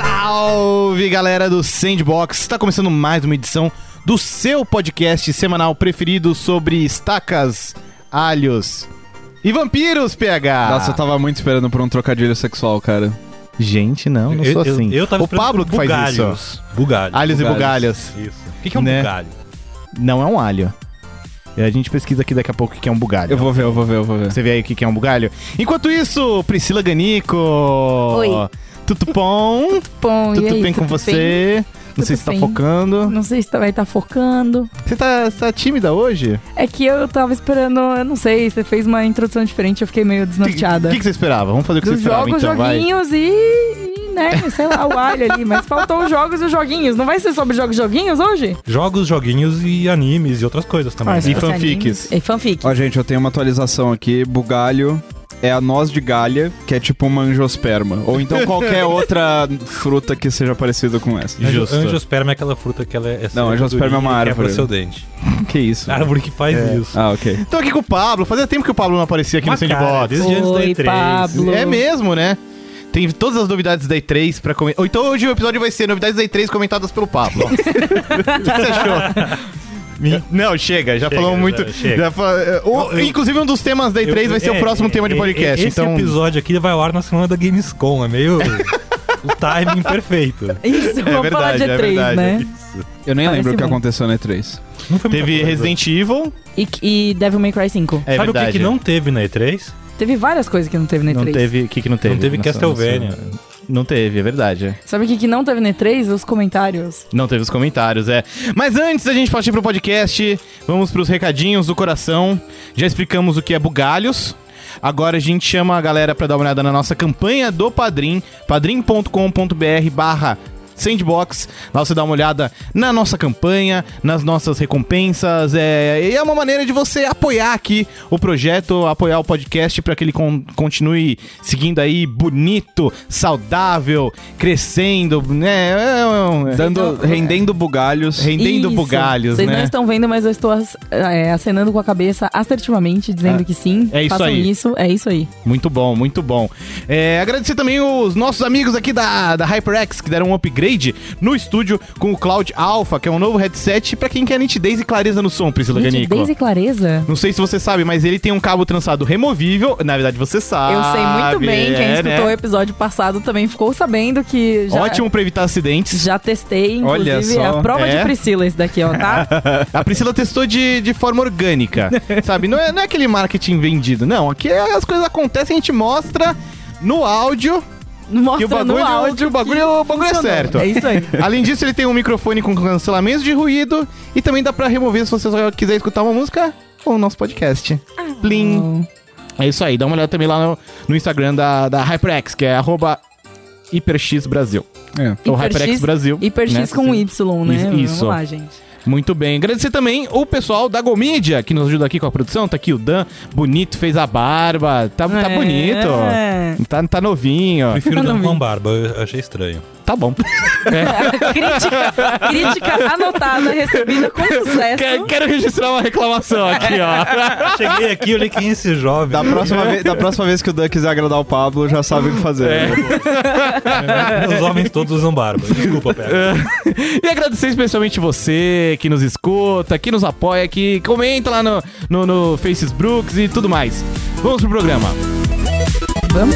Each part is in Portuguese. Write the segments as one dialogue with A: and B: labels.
A: Salve galera do Sandbox! Está começando mais uma edição do seu podcast semanal preferido sobre estacas, alhos e vampiros, PH!
B: Nossa, eu tava muito esperando por um trocadilho sexual, cara.
A: Gente, não, não sou assim. o Pablo que faz isso.
C: Bugalhos.
A: Alhos e
B: Bugalhos.
A: bugalhas.
C: Isso. O que, que é um
A: Né?
C: bugalho?
A: Não é um alho. E a gente pesquisa aqui daqui a pouco o que é um bugalho.
B: Eu vou ver, eu vou ver, eu vou ver.
A: Você vê aí o que é um bugalho. Enquanto isso, Priscila Ganico. Oi. Tudo bom?
D: Bom, e
A: tudo
D: aí,
A: bem com você? Não sei
D: Tudo
A: se tá
D: bem.
A: focando.
D: Não sei se também tá focando.
A: Você tá, você tá tímida hoje?
D: É que eu tava esperando, eu não sei, você fez uma introdução diferente, eu fiquei meio
A: O
D: desnorteada.
A: que, que você esperava? Vamos fazer o que
D: Dos
A: você esperava
D: jogos,
A: então, vai.
D: joguinhos e, e, né, sei lá, o alho ali. Mas faltou os jogos e os joguinhos. Não vai ser sobre jogos e joguinhos hoje?
C: Jogos, joguinhos e animes e outras coisas também.
A: Ah,
C: né?
A: E
D: Os
A: fanfics.
D: animes. E fanfic.
B: Ó, gente, eu tenho uma atualização aqui. Bugalho é a noz de galha, que é tipo uma angiosperma. Ou então qualquer outra fruta que seja parecida com essa.
C: Anjo-
A: Justo.
C: Angiosperma é aquela fruta que ela é. é
B: Não, angiosperma é uma
C: que
B: árvore.
C: Quebra seu dente.
B: Que isso?
C: Árvore que faz isso.
B: Ah, ok.
A: Tô aqui com o Pablo. Fazia tempo que o Pablo não aparecia É. aqui
C: Uma
A: no
C: cara,
A: Sandbox.
C: desde antes da
D: Oi,
C: E3.
D: Pablo.
A: É mesmo, né? Tem todas as novidades da E3 pra comentar. Ou então hoje o episódio vai ser novidades da E3 comentadas pelo Pablo. O que você achou? Me- Não, chega, já
C: Chega,
A: falamos
C: já,
A: muito.
C: chega.
A: já fa- é, o-
C: Eu- eu-
A: Inclusive, um dos temas da E3
C: Eu-
A: vai ser
C: é,
A: o próximo
C: é,
A: tema de
C: é,
A: podcast.
C: Esse
A: então,
C: episódio aqui vai ao ar na semana da Gamescom. É meio. o timing perfeito.
D: Isso, vamos falar
A: verdade,
D: de
A: é
D: E3,
A: verdade.
D: né?
B: Eu nem
D: Parece
B: lembro o que
D: muito.
B: aconteceu na E3.
C: Não foi muita
A: teve
C: coisa.
A: Resident Evil.
D: E, e Devil May Cry 5.
A: É
C: Sabe
A: verdade.
C: o que, que não teve na E3?
D: Teve várias coisas que não teve na E3.
A: Não teve. O que, que não teve?
C: Não teve Castlevania.
A: Não teve, é verdade.
D: Sabe o que, que não teve na E3? Os comentários.
A: Não teve os comentários, é. Mas antes da gente partir pro podcast, vamos pros recadinhos do coração. Já explicamos o que é bugalhos. Agora a gente chama a galera pra dar uma olhada na nossa campanha do Padrim, padrim.com.br barra Sandbox, lá você dá uma olhada na nossa campanha, nas nossas recompensas, é, e é uma maneira de você apoiar aqui o projeto, apoiar o podcast para que ele con- continue seguindo aí bonito, saudável, crescendo, né? É, é, é, é.
B: Dando,
D: Então,
B: rendendo bugalhos.
A: Rendendo
D: Isso.
A: bugalhos,
D: Vocês
A: né?
D: não estão vendo, mas eu estou ac- é, acenando com a cabeça assertivamente, dizendo
A: É.
D: que sim.
A: É isso
D: façam
A: aí.
D: isso, é isso aí.
A: Muito bom, muito bom. É, agradecer também os nossos amigos aqui da, da HyperX que deram um upgrade no estúdio com o Cloud Alpha, que é um novo headset para quem quer nitidez e clareza no som, Priscila
D: Gente,
A: Ganico.
D: desde clareza.
A: Não sei se você sabe, mas ele tem um cabo trançado removível. Na verdade, você sabe.
D: Eu sei muito bem, quem
A: Ah, é,
D: escutou o
A: né?
D: episódio passado também ficou sabendo que já,
A: Ótimo pra evitar acidentes.
D: já testei, inclusive,
B: Olha
D: é
B: só,
D: a prova
A: é.
D: de Priscila esse daqui, ó, tá?
A: A Priscila testou de, de forma orgânica, sabe? Não é, não é aquele marketing vendido, não. Aqui é, as coisas acontecem, a gente mostra no áudio que
D: Mostra
A: o bagulho,
D: no áudio
A: o bagulho, o bagulho é
D: funcionou.
A: certo.
D: É isso aí.
A: Além disso, ele tem um microfone com cancelamento de ruído e também dá pra remover se você só quiser escutar uma música ou o nosso podcast.
D: Ah.
A: Plim.
D: Hum.
A: É isso aí, dá uma olhada também lá no, no Instagram da, da HyperX, que é arroba HyperXBrasil.
B: É.
A: Ou
D: Hiper
A: HyperX
D: X-
A: Brasil.
D: Hiper
A: né?
D: X com Y, né?
A: Isso, isso.
D: Vamos lá, gente.
A: Muito bem. Agradecer também o pessoal da Gomídia, que nos ajuda aqui com a produção. Tá aqui o Dan, bonito, fez a barba. Tá, tá
D: É.
A: bonito. Tá, tá novinho.
C: Prefiro
D: Eu não
C: Dan
D: vi.
C: com barba, eu achei estranho.
A: Tá bom. É.
D: crítica, crítica anotada, recebida com sucesso.
A: Que- Quero registrar uma reclamação aqui, ó.
C: Cheguei aqui, olhei quem é esse jovem.
B: Da próxima, vez, da próxima vez que o Dan quiser agradar o Pablo, já sabe o que fazer.
C: Os homens todos usam barba. Desculpa, Pega.
A: E agradecer especialmente você que nos escuta, que nos apoia, que comenta lá no, no, no Facebook e tudo mais. Vamos pro programa.
D: Vamos?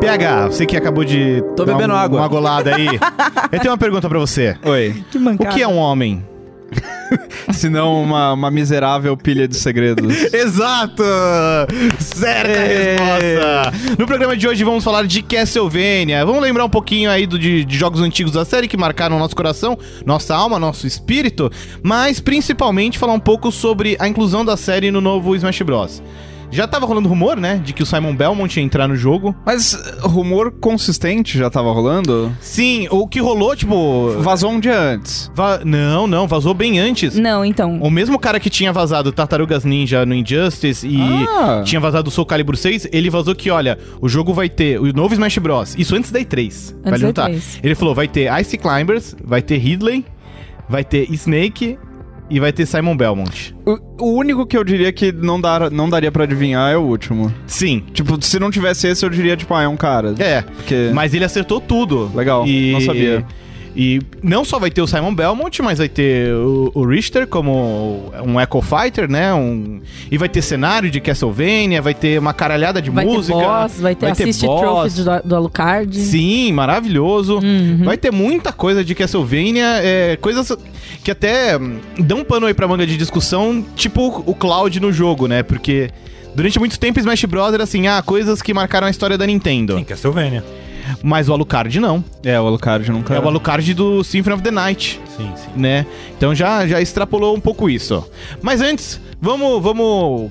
A: PH, você que acabou de.
B: Tô
A: dar
B: bebendo
A: um-
B: água.
A: Uma golada aí. Eu tenho uma pergunta pra você.
B: Oi.
D: Que
A: O
D: mancada.
A: que é um homem?
B: Se não, uma, uma miserável pilha de segredos.
A: Exato! Certa resposta! É. No programa de hoje vamos falar de Castlevania. Vamos lembrar um pouquinho aí do, de, de jogos antigos da série que marcaram nosso coração, nossa alma, nosso espírito, mas principalmente falar um pouco sobre a inclusão da série no novo Smash Bros. Já tava rolando rumor, né? De que o Simon Belmont ia entrar no jogo.
B: Mas eh, rumor consistente já tava rolando?
A: Sim, o que rolou, tipo.
B: Vazou um dia antes.
A: va- Não, não, vazou bem antes.
D: Não, então.
A: O mesmo cara que tinha vazado Tartarugas Ninja no Injustice e
B: Ah.
A: tinha vazado Soul Calibur 6, ele vazou que, olha, o jogo vai ter o novo Smash Bros. Isso antes da E3.
D: da
A: vai levantar.
D: E3.
A: Ele falou: vai ter Ice Climbers, vai ter Ridley, vai ter Snake e vai ter Simon Belmont.
B: O, o único que eu diria que não, dar, não daria pra adivinhar é o último.
A: Sim.
B: Tipo, se não tivesse esse, eu diria, tipo, ah, é um cara.
A: É.
B: Porque...
A: Mas ele acertou tudo.
B: Legal,
A: E-
B: não sabia.
A: E não só vai ter o Simon Belmont, mas vai ter o, o Richter como um Echo Fighter, né? Um, e vai ter cenário de Castlevania, vai ter uma caralhada de
D: Vai
A: Um música.
D: ter boss, né? vai ter assist trophy do, do Alucard. Hum.
A: Sim, maravilhoso.
D: Uhum.
A: Vai ter muita coisa de Castlevania, é, coisas que até hum, dão um pano aí pra manga de discussão, tipo o Cloud no jogo, né? Porque durante muito tempo Smash Bros era assim, ah, coisas que marcaram a história da Nintendo.
C: Em Castlevania.
A: Mas o Alucard não.
B: É, o Alucard nunca...
A: É o Alucard do Symphony of the Night,
C: Sim, sim.
A: né? Então já, já extrapolou um pouco isso. Mas antes, vamos. vamos...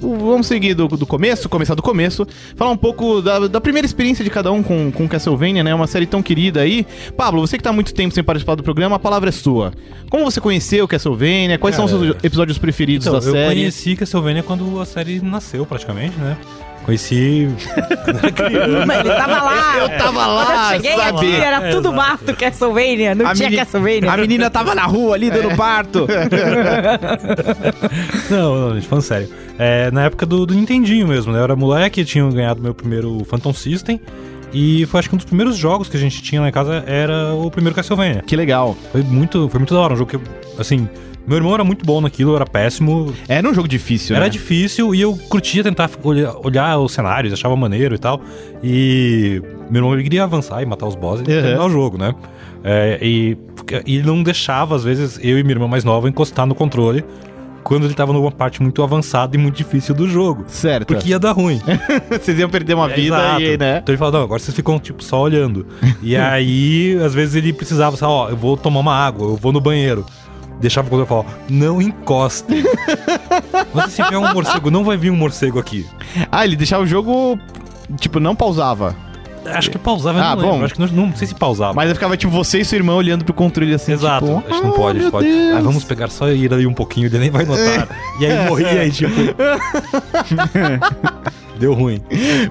A: Vamos seguir do, do começo, começar do começo, falar um pouco da, da primeira experiência de cada um com, com Castlevania, né? Uma série tão querida aí. Pablo, você que tá há muito tempo sem participar do programa, a palavra é sua. Como você conheceu Castlevania? Quais são os
C: Cara,
A: seus episódios preferidos
C: Então,
A: da
C: eu
A: série?
C: conheci Castlevania quando a série nasceu, praticamente, né? Conheci. quando era criança.
D: Mas ele tava lá.
A: Eu tava
D: Quando É. eu
A: lá,
D: cheguei
A: sabe?
D: aqui, era
C: É,
D: tudo
C: exato.
D: mato Castlevania, não
B: A
D: tinha
B: meni-
D: Castlevania.
B: A menina tava na rua ali,
A: É.
B: dando parto.
C: não, não, gente, falando sério. É, na época do, do Nintendinho mesmo, né? Eu era moleque, tinha ganhado meu primeiro Phantom System. E foi acho que um dos primeiros jogos que a gente tinha lá em casa era o primeiro Castlevania.
A: Que legal.
C: Foi muito, foi muito da hora, um jogo que, eu- assim, meu irmão era muito bom naquilo, eu era péssimo,
A: Era um jogo difícil,
C: Era
A: né?
C: difícil e eu curtia tentar f- olhar, olhar os cenários, achava maneiro e tal. E meu irmão ele queria avançar e matar os bosses e
A: Uhum.
C: terminar o jogo, né? É, e, e ele não deixava, às vezes, eu e minha irmã mais nova encostar no controle quando ele tava numa parte muito avançada e muito difícil do jogo.
A: Certo.
C: Porque ia dar ruim.
A: vocês iam perder uma vida
C: Exato.
A: e, né?
C: Então ele falou, não, agora vocês ficam, tipo, só olhando. E aí, às vezes ele precisava, assim, ó, eu vou tomar uma água, eu vou no banheiro. Deixava quando eu falava, não encosta. Mas se vier um morcego, não vai vir um morcego aqui.
A: Ah, ele deixava o jogo. Tipo, não pausava.
C: Acho que pausava, eu
A: Ah,
C: não lembro.
A: bom.
C: Acho que não, não sei se pausava.
A: Mas eu ficava, tipo, você e sua irmã olhando pro controle assim.
C: Exato,
A: tipo,
C: a gente não pode, a gente
A: meu
C: pode.
A: Deus.
C: Ah, vamos pegar só e ir ali um pouquinho, ele nem vai notar. E aí morria aí, tipo. Deu ruim.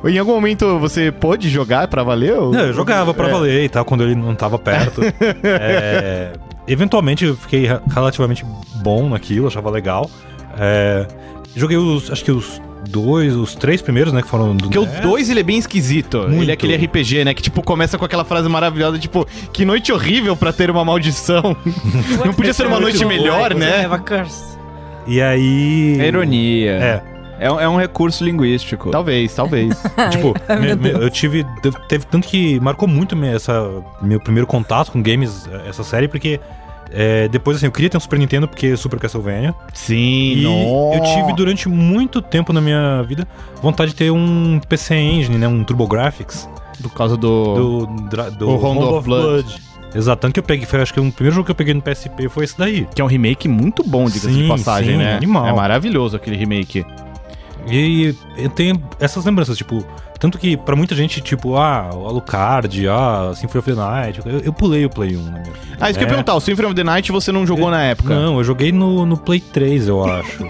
A: Em algum momento você pôde jogar pra valer? ou-
C: Não, eu jogava pra
A: É.
C: valer e tal, quando ele não tava perto. É, eventualmente eu fiquei ra- relativamente bom naquilo, achava legal. É, joguei os, acho que os dois, os três primeiros, né, que foram do
A: Porque o
C: NES.
A: 2 ele é bem esquisito. Ele
C: Muito.
A: é aquele RPG, né? Que tipo começa com aquela frase maravilhosa, tipo, que noite horrível pra ter uma maldição. não podia ser uma noite melhor, né?
C: E aí...
B: É ironia.
C: É,
B: É, um- é um recurso linguístico.
A: é, Talvez, talvez.
C: tipo, me- me- eu tive. teve- Teve tanto que marcou muito minha- essa, meu primeiro contato com games, eh, essa série, porque eh, depois, assim, eu queria ter um Super Nintendo, porque Super Castlevania.
A: Sim,
C: E
A: nó.
C: eu tive durante muito tempo na minha vida vontade de ter um PC Engine, né? Um TurboGrafx.
A: Por causa do.
C: Do, dra- do
A: O Rondo of Blood.
C: Exato, tanto que eu peguei, foi, acho que o primeiro jogo que eu peguei no PSP foi esse daí.
A: Que é um remake muito bom, diga-se de
C: Sim,
A: passagem,
C: sim,
A: né?
C: animal.
A: É maravilhoso aquele remake.
C: E eu tenho essas lembranças, tipo, tanto que pra muita gente, tipo, ah, o Alucard, ah, Symphony of the Night, eu, eu pulei o Play 1 na minha vida.
A: Ah, isso que eu ia
C: né?
A: perguntar, o Symphony of the Night você não jogou na época?
C: Não, eu joguei no, no Play 3, eu acho.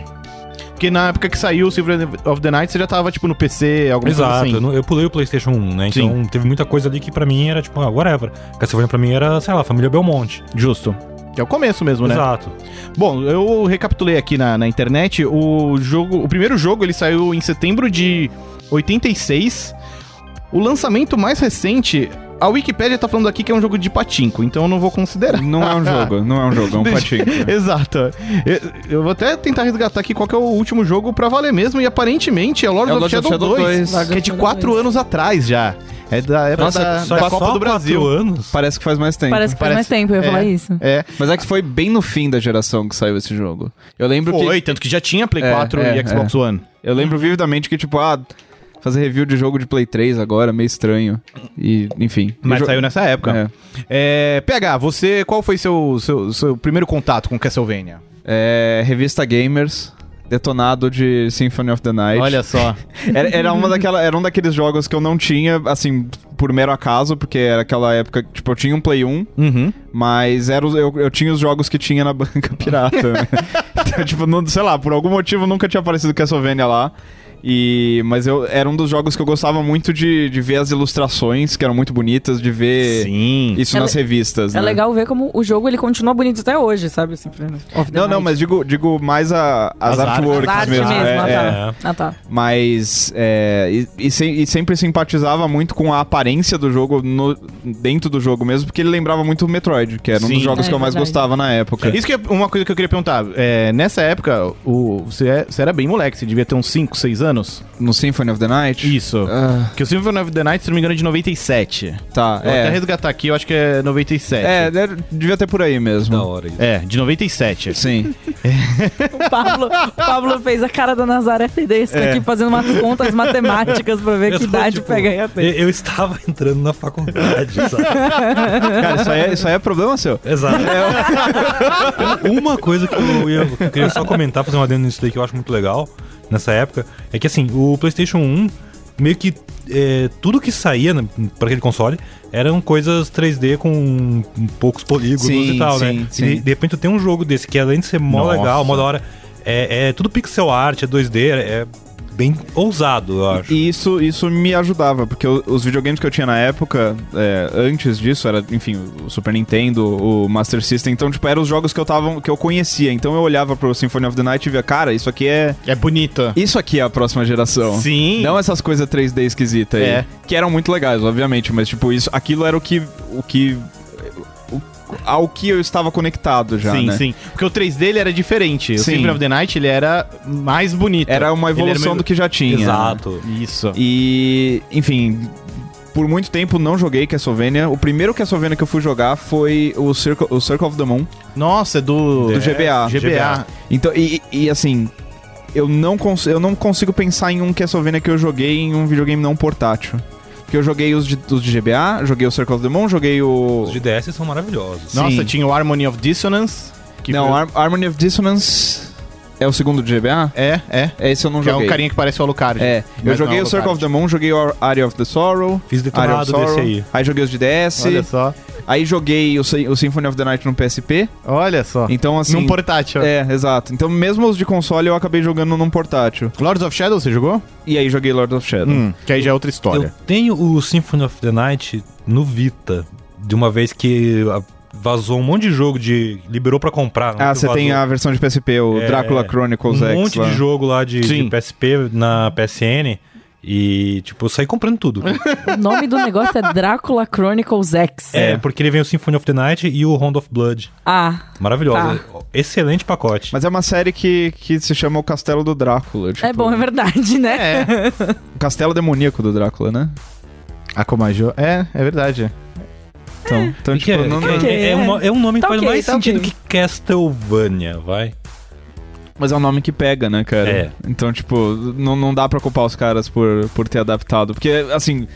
A: Porque na época que saiu o Symphony of the Night, você já tava, tipo, no PC, alguma
C: Exato,
A: coisa
C: eu,
A: assim.
C: não- eu pulei o PlayStation 1, né? Então teve muita coisa ali que pra mim era tipo, ah, whatever. Castlevania pra mim era, sei lá, família Belmonte.
A: Justo. Que é o começo mesmo, né?
C: Exato.
A: Bom, eu recapitulei aqui na, na internet, o jogo, o primeiro jogo, ele saiu em setembro de 86. O lançamento mais recente, a Wikipédia tá falando aqui que é um jogo de patinco, então eu não vou considerar.
B: Não é um jogo, não é um jogo, é um
A: Deixa-
B: patinho.
A: Exato. Eu, eu vou até tentar resgatar aqui qual que é o último jogo pra valer mesmo, e aparentemente é Lord,
B: É o
A: of,
B: Lord of
A: Shadow
B: Shadow
A: 2,
B: 2.
A: que é de 4 anos atrás já. É da época
B: Nossa,
A: da,
C: Só
A: da
C: é
A: Copa
C: só
A: do
C: quatro
A: Brasil.
C: anos?
B: Parece que faz mais tempo.
D: Parece que faz mais
A: Parece-
D: tempo, eu ia
A: é.
D: falar isso.
A: É.
B: Mas é que foi bem no fim da geração que saiu esse jogo. Eu lembro
A: Foi,
B: que.
A: tanto que já tinha Play
B: É,
A: 4
B: é,
A: e Xbox One.
B: Eu lembro vividamente que, tipo, ah, fazer review de jogo de Play 3 agora, é meio estranho. E, enfim.
A: Mas
B: Eu jo-
A: saiu nessa época. É. PH, você, qual foi seu, seu, seu primeiro contato com Castlevania?
B: É. É, Revista Gamers. detonado de Symphony of the Night.
A: Olha só.
B: Era, era, uma daquela, era um daqueles jogos que eu não tinha, assim, por mero acaso, porque era aquela época, tipo, eu tinha um Play 1,
A: Uhum.
B: mas era, os- eu, eu tinha os jogos que tinha na banca pirata. né? então, tipo, não, sei lá, por algum motivo nunca tinha aparecido Castlevania lá. E, mas eu era um dos jogos que eu gostava muito de, de ver as ilustrações, que eram muito bonitas, de ver
A: Sim.
B: isso
D: É
B: nas
D: le-
B: revistas.
D: É
B: né?
D: legal ver como o jogo ele continua bonito até hoje, sabe? Assim, of the
B: Não, não,
D: Night.
B: mas digo, digo mais a,
A: As
B: as,
A: artes.
B: artworks
D: As artes mesmo,
B: mesmo. é,
D: ah, tá.
B: é.
D: Ah, tá.
B: Mas. é, e, e se- e sempre simpatizava muito com a aparência do jogo no- dentro do jogo mesmo, porque ele lembrava muito o Metroid, que era um
A: Sim.
B: dos jogos
D: É,
B: que eu mais
D: verdade.
B: gostava na época.
A: Isso que é uma coisa que eu queria perguntar. É, nessa época, o, você, é- você era bem moleque, você devia ter uns 5, 6 anos? É.
B: No Symphony of the Night?
A: Isso.
B: Ah,
A: Que o Symphony of the Night, se não me engano, é de 97. Vou
B: tá,
A: até
B: é.
A: resgatar aqui, eu acho que é 97.
B: É, era- devia ter por aí mesmo.
C: Da hora isso.
A: É, de 97.
B: Sim.
D: O Pablo, o Pablo fez a cara da Nazaré Tedesco aqui fazendo umas contas matemáticas pra ver
C: Eu
D: que
C: tô,
D: idade
C: tipo,
D: pega ia ter.
C: Eu, eu estava entrando na faculdade, sabe?
B: Cara, isso aí, é- isso aí é problema seu.
C: Exato.
A: É
C: Uma coisa que eu, ia- que eu queria só comentar, fazer uma adendo nisso daí que eu acho muito legal nessa época, é que assim, o PlayStation 1, meio que é, tudo que saía né, pra aquele console eram coisas 3D com poucos polígonos
B: Sim,
C: e tal,
B: sim,
C: né?
B: sim.
C: E de, de repente tem um jogo desse que além de ser mó
A: Nossa.
C: legal, mó da hora, é, é tudo pixel art, é 2D, é, é bem ousado, eu acho.
B: E isso, isso me ajudava, porque o- os videogames que eu tinha na época, é, antes disso, era, enfim, o Super Nintendo, o Master System, então, tipo, eram os jogos que eu, tava, que eu conhecia. Então eu olhava pro Symphony of the Night e via, cara, isso aqui é.
A: É bonita.
B: Isso aqui é a próxima geração.
A: Sim.
B: Não essas coisas 3D esquisitas aí.
A: É.
B: Que eram muito legais, obviamente, mas, tipo, isso, aquilo era o que. O que o- ao que eu estava conectado já.
A: sim,
B: né?
A: sim. Porque o 3 dele era diferente. O
B: Sim.
A: Symphony of the Night, ele era mais bonito.
B: Era uma
A: Ele era
B: evolução
A: meio-
B: do que já tinha.
C: é.
B: né?
C: Exato.
A: Isso.
B: E, enfim, por muito tempo não joguei Castlevania. O primeiro Castlevania que eu fui jogar foi o Circle, o Circle of the Moon,
A: Nossa, é do...
B: do
C: É,
B: GBA.
A: GBA.
B: Então, e, e, assim, eu não, cons- eu não consigo pensar em um Castlevania que eu joguei em um videogame não portátil. Porque eu joguei os de, os de GBA, joguei o Circle of the Moon, joguei o...
C: Os de DS são maravilhosos.
A: Nossa,
B: Sim.
A: tinha o Harmony of Dissonance. que
B: não,
A: foi-
B: Har- Harmony of Dissonance é o segundo de GBA?
A: É, é.
B: Esse eu não
A: Que é
B: joguei.
A: um carinha que parece o Alucard.
B: É, eu
A: Mas
B: joguei
A: não,
B: o Circle
A: Alucard.
B: of the Moon, joguei o Area of the Sorrow,
C: Fiz
B: Area of
C: detonado
B: Sorrow,
C: desse aí.
B: joguei os de DS,
A: Olha só.
B: Aí joguei o, Sy- o Symphony of the Night no PSP.
A: Olha só.
B: Então, assim.
A: Num Ah. portátil.
B: É, exato. Então, mesmo os de console, eu acabei jogando num portátil.
A: Lords of Shadow, você jogou?
B: E aí joguei Lord of Shadow.
A: Hum, que aí já é outra
C: Eu
A: história.
C: tenho o Symphony of the Night no Vita, de uma vez que ah, vazou um monte de jogo de liberou pra comprar. não
B: Ah,
C: que
B: você tem a
C: vazou.
B: versão de PSP, o
C: É,
B: Drácula Chronicles
C: um
B: X.
C: monte
B: lá.
C: de jogo lá de, de
A: Sim.
C: PSP na PSN e tipo, eu saí comprando tudo.
D: O nome do negócio é Drácula Chronicles X.
C: é, porque ele vem o Symphony of the Night e o Round of Blood.
D: Ah,
C: Maravilhoso. Excelente pacote.
B: Mas é uma série que, que se chama O Castelo do Drácula. Tipo,
D: é bom, é verdade, né?
A: É.
B: O Castelo Demoníaco do Drácula, né?
A: A Comajo. É, é verdade.
B: Então, então
C: E que
B: tipo,
C: é,
B: não,
C: que
B: não-
D: Ok,
C: é- é um, é um nome
D: Tá
C: que faz
D: ok,
C: mais
D: tá
C: sentido
D: ok.
C: que Castlevania, vai.
B: Mas é um nome que pega, né, cara?
C: É.
B: Então, tipo, não, não dá pra culpar os caras por, por ter adaptado. Porque, assim,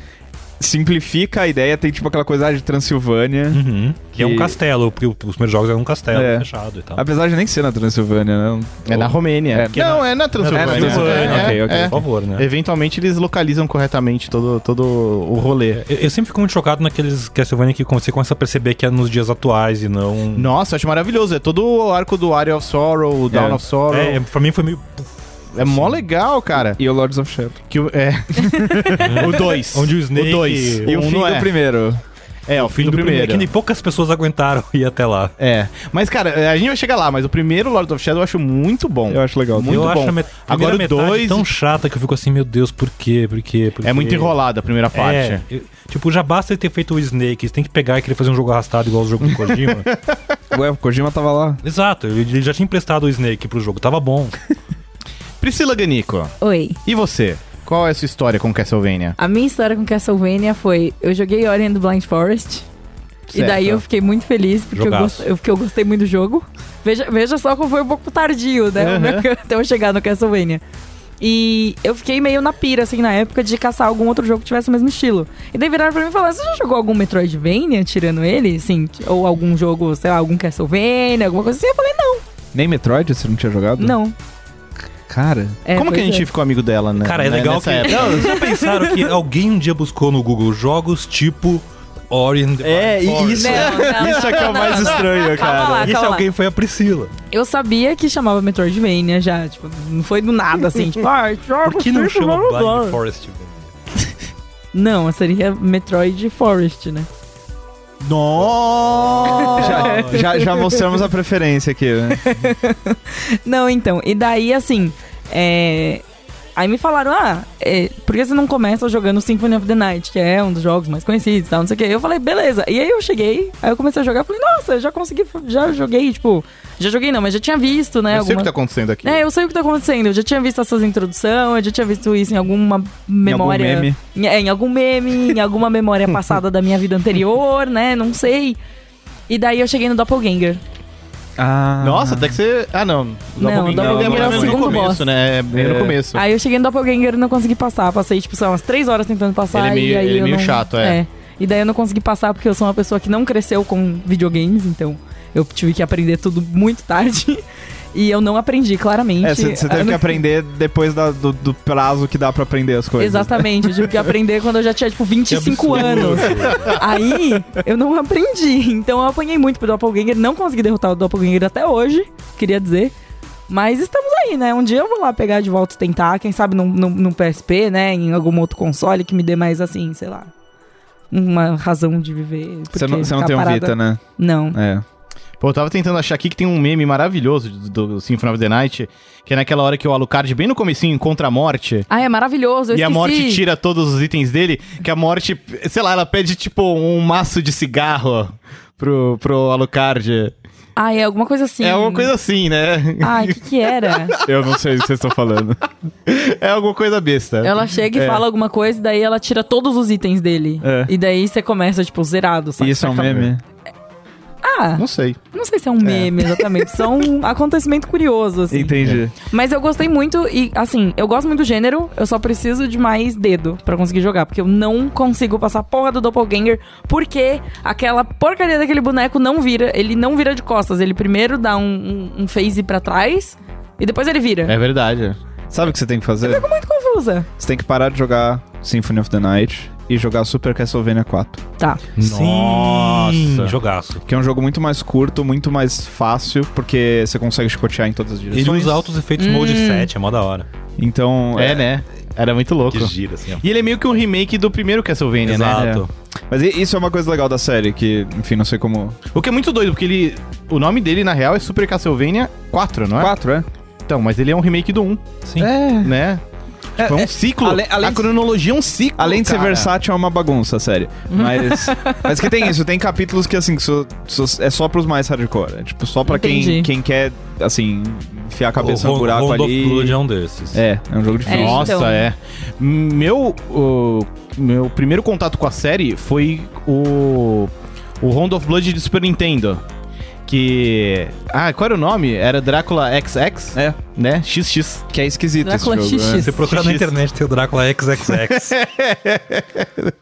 B: simplifica a ideia, tem, tipo, aquela coisa ah, de Transilvânia.
C: Uhum. Que é um
B: E-
C: castelo, porque os primeiros jogos eram um castelo
B: É.
C: fechado e tal.
B: Apesar de nem ser na Transilvânia, né?
A: É na Romênia.
C: É,
A: não,
C: na-
A: é na Transilvânia.
B: É na
C: Transilvânia,
A: É,
B: ok, ok.
A: é.
C: Por favor, né?
A: Eventualmente eles localizam corretamente todo, todo o rolê.
C: Eu, eu sempre fico muito chocado naqueles Castlevania que você começa a perceber que é nos dias atuais e não.
A: Nossa, eu acho maravilhoso. É todo o arco do Area of Sorrow, o Dawn
B: É.
A: of Sorrow.
C: É,
A: É,
C: pra mim foi meio.
A: mó legal, cara.
B: E o Lords of Shadow.
A: Que, o- é. o 2.
C: Onde o Snake-
A: O 2.
B: E o um fim do
A: é.
B: primeiro.
A: É, o fim do primeiro.
C: Que nem poucas pessoas aguentaram ir até lá.
A: É. Mas, cara, a gente vai chegar lá, mas o primeiro Lord of Shadow eu acho muito bom.
B: Eu acho legal.
A: Muito
C: eu
A: bom.
C: acho a met-
A: Agora
C: primeira
A: o
C: metade
A: dois-
C: tão chata que eu fico assim, meu Deus, por quê? Por quê? Por
A: É muito
C: quê?
A: enrolada a primeira parte.
C: É, eu- tipo, já basta ele ter feito o Snake, você tem que pegar e querer fazer um jogo arrastado igual o jogo do Kojima.
B: Ué, o Kojima tava lá.
C: Exato, ele ele já tinha emprestado o Snake pro jogo, tava bom.
A: Priscila Ganico,
D: Oi.
A: e você? Qual é a sua história com Castlevania?
D: A minha história com Castlevania foi: eu joguei Ori and the Blind Forest. E
A: Certo.
D: daí eu fiquei muito feliz, porque eu,
C: Jogaço.
D: gost- eu- porque eu gostei muito do jogo. Veja, veja só como foi um pouco tardio, né?
A: Uhum.
D: o meu- Até eu chegar no Castlevania. E eu fiquei meio na pira, assim, na época, de caçar algum outro jogo que tivesse o mesmo estilo. E daí viraram pra mim e falaram: você já jogou algum Metroidvania tirando ele? Assim, ou algum jogo, sei lá, algum Castlevania, alguma coisa assim? Eu falei,
B: Nem Metroid você não tinha jogado?
D: não.
B: Cara.
D: É,
A: Como que a
D: pois
A: gente
D: é.
A: ficou amigo dela, né?
C: Cara, é
A: né,
C: legal que.
A: nessa época?
C: Não, já pensaram que alguém um dia buscou no Google jogos tipo Ori and the
B: É,
C: Blind
B: e
C: Forest?
B: isso,
D: Não, não,
B: isso é que é o mais estranho,
D: Calma
B: cara.
D: lá,
C: E esse
D: calma lá.
C: alguém foi a Priscila.
D: Eu sabia que chamava Metroidvania já, tipo, não foi do nada assim, tipo, ah, joga
C: Por que não
D: Street
C: chama
D: Fighter, blá, blá,
C: Blind
D: blá.
C: Forest? velho?
D: Não, seria Metroid Forest, né?
B: Já, já, já mostramos a preferência aqui. né?
D: Não, então, e daí assim, é, Aí me falaram, ah, é, por que você não começa jogando Symphony of the Night, que é um dos jogos mais conhecidos e tal, não sei o quê. Eu falei, beleza. E aí eu cheguei, aí eu comecei a jogar, falei, nossa, eu já consegui, já joguei, tipo, já joguei não, mas já tinha visto,
A: Eu
D: né?
A: sei o
D: alguma-
A: que tá acontecendo aqui.
D: É, eu sei o que tá acontecendo. Eu já tinha visto essas introduções, eu já tinha visto isso em alguma memória.
B: meme.
D: Em- é, em algum meme, em alguma memória passada da minha vida anterior, né? Não sei. E daí eu cheguei no Doppelganger.
B: Ah.
A: Nossa, até que você. Ah, não.
D: Não,
A: Doppelganger
B: Doppelganger
A: é
B: é o
A: mais no
D: segundo
A: começo,
D: boss.
A: né? É bem no
B: É.
A: começo.
D: Aí eu cheguei no Doppelganger e não consegui passar. Passei, tipo, sei lá, umas três horas tentando passar.
A: Ele é meio-
D: e aí
A: ele é
D: eu
A: meio
D: não-
A: chato, é.
D: E daí eu não consegui passar porque eu sou uma pessoa que não cresceu com videogames, então eu tive que aprender tudo muito tarde. E eu não aprendi, claramente.
B: É, você você
D: Eu
B: teve que
D: Ah, não-
B: aprender depois da- do, do prazo que dá pra aprender as coisas. né?
D: Exatamente, eu tive que aprender quando eu já tinha, tipo, 25 anos. Aí, eu não aprendi. Então, eu apanhei muito pro Doppelganger. Não consegui derrotar o Doppelganger até hoje, queria dizer. Mas estamos aí, né? Um dia eu vou lá pegar de volta e tentar. Quem sabe num, num, num PSP, né? Em algum outro console que me dê mais, assim, sei lá... Uma razão de viver.
B: Você não,
D: porque
B: você não
D: ficar
B: tem um
D: parada-
B: Vita, né?
D: Não.
B: É.
A: Pô, eu tava tentando achar aqui que tem um meme maravilhoso do, do Symphony of the Night, que é naquela hora que o Alucard, bem no comecinho, encontra a morte.
D: Ah, é maravilhoso, eu
A: E a
D: esqueci.
A: morte tira todos os itens dele, que a morte, sei lá, ela pede tipo um maço de cigarro pro, pro Alucard.
D: Ah, é alguma coisa assim.
A: É alguma coisa assim, né?
D: Ah, o que que era?
B: Eu não sei o que vocês estão falando.
A: É alguma coisa besta.
D: Ela chega e fala alguma coisa, e daí ela tira todos os itens dele.
B: É.
D: E daí você começa, tipo, zerado, sabe?
B: E isso é um
D: Você acaba-
B: meme?
D: Ah,
A: Não sei.
D: não sei se é um meme exatamente, só um acontecimento curioso, assim.
B: Entendi.
D: Mas eu gostei muito e, assim, eu gosto muito do gênero, eu só preciso de mais dedo pra conseguir jogar, porque eu não consigo passar a porra do Doppelganger, porque aquela porcaria daquele boneco não vira, ele não vira de costas, ele primeiro dá um, um, um phase pra trás e depois ele vira.
A: É verdade.
B: Sabe o que você tem que fazer?
D: Muito confusa.
B: Você tem que parar de jogar Symphony of the Night e jogar Super Castlevania 4.
D: Tá.
C: Sim,
A: Nossa.
C: jogaço.
B: Que é um jogo muito mais curto, muito mais fácil, porque você consegue chicotear em todas as direções.
C: Ele usa altos efeitos Mode
D: Hum.
C: 7, é mó da hora.
B: Então,
A: É, né? Era muito louco.
C: Que gira, assim, ó.
A: E ele é meio que um remake do primeiro Castlevania, né?
C: Exato.
B: Mas i- isso é uma coisa legal da série, que, enfim, não sei como...
A: O que é muito doido, porque ele. O nome dele, na real, é Super Castlevania 4, não é?
B: 4, é?
A: Então, mas ele é um remake do 1,
C: Sim.
A: né? Tipo, é um ciclo.
B: ale- além
A: a
B: de-
A: cronologia é um ciclo.
B: Além de ser
A: cara.
B: versátil, é uma bagunça, sério. Mas, mas que tem isso, tem capítulos que, assim, que so- so- é só pros mais hardcore. É, tipo, só pra quem,
D: Entendi.
B: quem quer, assim, enfiar a cabeça
C: O
B: no
C: Ron-
B: buraco
C: Rondo of Blood
B: ali.
C: é um desses.
B: É, é um jogo difícil.
D: É,
A: Nossa,
D: então.
A: é. Meu, o- meu primeiro contato com a série foi o, o Round of Blood de Super Nintendo. Que. Ah, qual era o nome? Era Drácula XX,
B: É,
A: né? XX.
B: que é esquisito
D: Drácula
B: esse jogo.
D: XX.
B: né?
C: Você procura na internet, tem o Drácula XXX.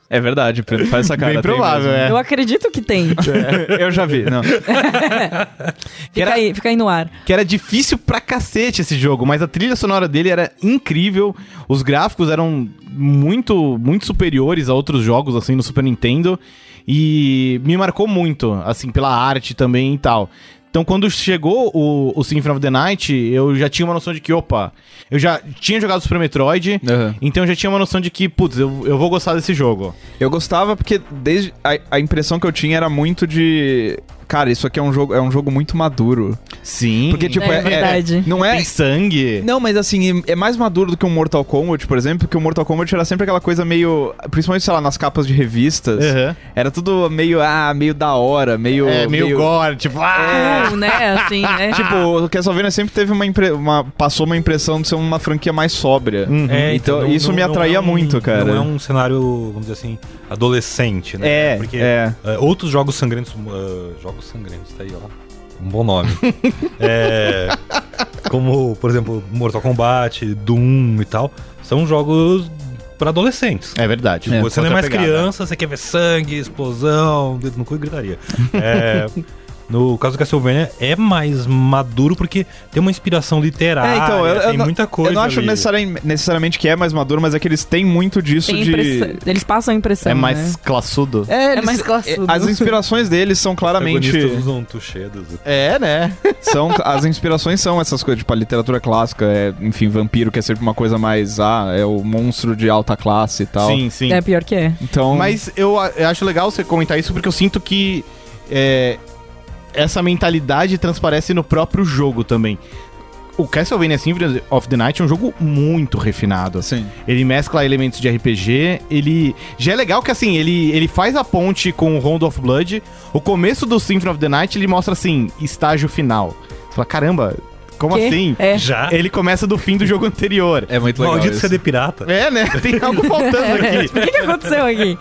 B: É verdade, Pedro, faz essa cara.
A: Bem
B: tem
A: provável,
B: mesmo.
A: é.
D: Eu acredito que tem.
B: É, Eu já vi, não.
D: Fica,
A: Era-
D: aí, fica aí no ar.
A: Que era difícil pra cacete esse jogo, mas a trilha sonora dele era incrível. Os gráficos eram muito, muito superiores a outros jogos, assim, no Super Nintendo. E me marcou muito, assim, pela arte também e tal. Então, quando chegou o, o Symphony of the Night, eu já tinha uma noção de que, opa, eu já tinha jogado Super Metroid,
B: Aham.
A: então eu já tinha uma noção de que, putz, eu, eu vou gostar desse jogo.
B: Eu gostava porque desde a, a impressão que eu tinha era muito de cara, isso aqui é um jogo, é um jogo muito maduro.
A: Sim,
B: Porque tipo,
D: É
B: é, é-
D: verdade.
B: não é
A: tem sangue.
B: não, mas assim, é é mais maduro do que um Mortal Kombat, por exemplo, que o Mortal Kombat era sempre aquela coisa meio. Principalmente, sei lá, nas capas de revistas.
A: Aham.
B: Era tudo meio, ah, meio da hora, meio.
A: É, meio, gore, tipo, ah!
D: Ou, né? Assim, né?
B: Tipo, o Castlevania sempre teve uma, impre- uma. passou uma impressão de ser uma franquia mais sóbria.
A: Uhum.
C: É,
B: Então,
C: não-
B: isso
C: não-
B: me
C: não
B: atraía
C: é um-
B: muito, cara.
C: Não é um cenário, vamos dizer assim, adolescente, né?
B: É,
C: Porque
B: é.
C: eh, outros jogos sangrentos. eh, jogos sangrentos, tá aí, ó. Um bom nome. É, como, por exemplo, Mortal Kombat, Doom e tal. São jogos pra adolescentes.
A: É verdade.
C: Tipo, você não é
A: Outra
C: mais
A: pegada.
C: criança, você quer ver sangue, explosão, dedo no cu e gritaria. É, No caso do Castlevania, é mais maduro porque tem uma inspiração literária,
B: É, então, eu, eu
C: tem
B: não,
C: muita coisa.
B: Eu não acho
C: ali.
B: necessaria- necessariamente que é mais maduro, mas é que eles têm muito disso
D: Tem
B: de.
D: impressão- Eles passam a impressão.
A: É mais
D: né?
A: classudo?
B: É, eles-
D: mais classudo.
B: As inspirações deles são claramente.
C: Protagonistas usam tuxedos.
A: É, né?
B: são, as inspirações são essas coisas, tipo, a literatura clássica, é, enfim, vampiro, que é sempre uma coisa mais. Ah, é o monstro de alta classe e tal.
A: Sim, sim.
D: É pior que é.
B: Então.
A: Mas eu, a- eu acho legal você comentar isso porque eu sinto que é, essa mentalidade transparece no próprio jogo também. O Castlevania Symphony of the Night é um jogo muito refinado.
B: Sim.
A: Ele mescla elementos de RPG, ele... Já é legal que, assim, ele, ele faz a ponte com o Rondo of Blood. O começo do Symphony of the Night, ele mostra, assim, estágio final. Você fala, caramba, como
D: Que?
A: assim?
D: É.
C: Já?
A: Ele começa do fim do jogo anterior.
B: É muito legal.
C: Maldito
B: Isso.
C: CD pirata.
A: É, né? Tem algo faltando aqui.
D: O que, que aconteceu aqui?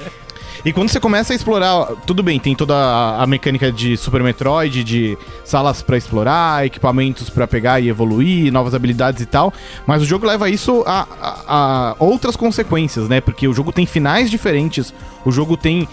A: E quando você começa a explorar, tudo bem, tem toda a a mecânica de Super Metroid, de salas pra explorar, equipamentos pra pegar e evoluir, novas habilidades e tal, mas o jogo leva isso a, a- a outras consequências, né? Porque o jogo tem finais diferentes, o jogo tem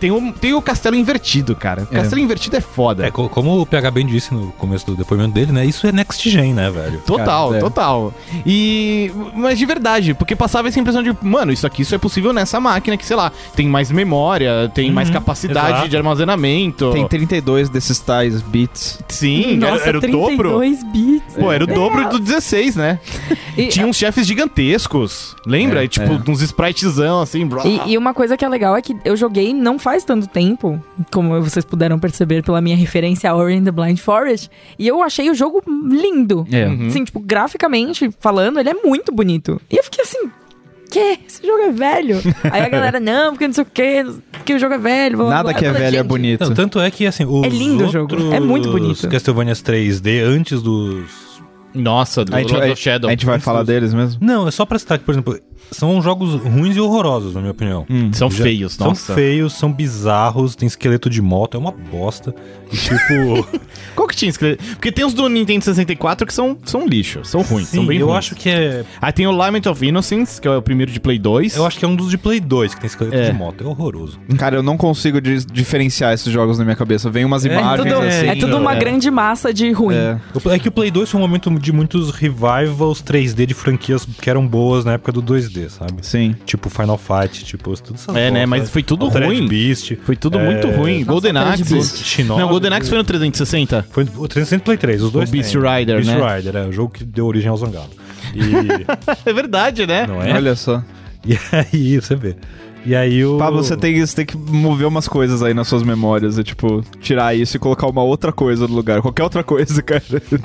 A: tem o, tem o castelo invertido, cara. O
B: É.
A: castelo invertido é foda.
C: É, co- como o PH bem disse no começo do depoimento dele, né? Isso é next gen, né, velho?
A: Total,
B: Cara, é.
A: total. E. Mas de verdade, porque passava essa impressão de, mano, isso aqui só é possível nessa máquina que, sei lá, tem mais memória, tem mais capacidade
C: exato.
A: de armazenamento.
B: Uhum, Tem 32 desses tais bits.
A: Sim,
D: Nossa,
A: era, era o
D: 32
A: dobro.
D: bits.
A: Pô, era o dobro do 16, né?
D: É. E-
A: Tinha uns chefes gigantescos, lembra?
B: É,
A: E, tipo, uns spritezão assim, blá.
D: E, e uma coisa que é legal é que eu joguei não faz tanto tempo, como vocês puderam perceber pela minha referência a Ori and the Blind Forest, e eu achei o jogo lindo.
B: É.
D: Assim, tipo, graficamente falando, ele é muito bonito. E eu fiquei assim, que? Esse jogo é velho? Aí a galera, não, porque não sei o quê, porque o jogo é velho. blá, blá, blá.
B: Nada que é
D: Eu falei,
B: velho é
D: "Gente,
B: bonito.
C: Não, tanto é que, assim, os
D: É lindo o jogo, é muito
C: outros
D: bonito.
C: Castlevanias 3D antes dos
A: Nossa, do
B: a, gente,
A: Lord
B: vai-
A: of Shadow.
B: a gente vai falar deles mesmo?
C: Não, é só pra citar que, por exemplo, são jogos ruins e horrorosos, na minha opinião.
B: Hum.
A: São
C: Já-
A: feios,
C: São
A: nossa.
C: feios, são bizarros, tem esqueleto de moto, é uma bosta. E tipo.
A: Qual que tinha escrito? Porque tem os do Nintendo 64 que são, são lixo, são ruins,
C: sim,
A: são bem
C: eu
A: ruins.
C: acho que é.
A: Aí tem o Lament of Innocence, que é o primeiro de Play 2.
C: Eu acho que é um dos de Play 2 que tem esqueleto
A: É.
C: de moto. É horroroso.
B: Cara, eu não consigo dis- diferenciar esses jogos na minha cabeça. Vem umas
C: É,
B: imagens
D: tudo-
B: assim.
D: É tudo
C: então,
D: uma
C: é.
D: grande massa de ruim.
B: É.
C: O- É que o Play 2 foi um momento de muitos revivals 3D de franquias que eram boas na época do 2D, sabe?
B: Sim.
C: Tipo Final Fight, tipo, tudo essas
A: É, né,
C: bosta.
A: mas foi tudo
C: Altered
A: ruim.
C: Beast.
A: Foi tudo
C: É.
A: muito ruim. Golden
D: Altered
A: Axe.
C: Shinobi.
A: Não, Golden Axe foi no 360?
C: Foi o 300 Play 3, os dois.
A: Beast
C: têm.
A: Rider,
C: Beast
A: né?
C: Rider, é o jogo que deu origem ao Zangalo. E.
A: É verdade, né?
C: não é?
B: Olha só.
C: E aí, você vê. E aí o.
B: Pablo, você tem, você tem que mover umas coisas aí nas suas memórias. É tipo, tirar isso e colocar uma outra coisa no lugar. Qualquer outra coisa, cara.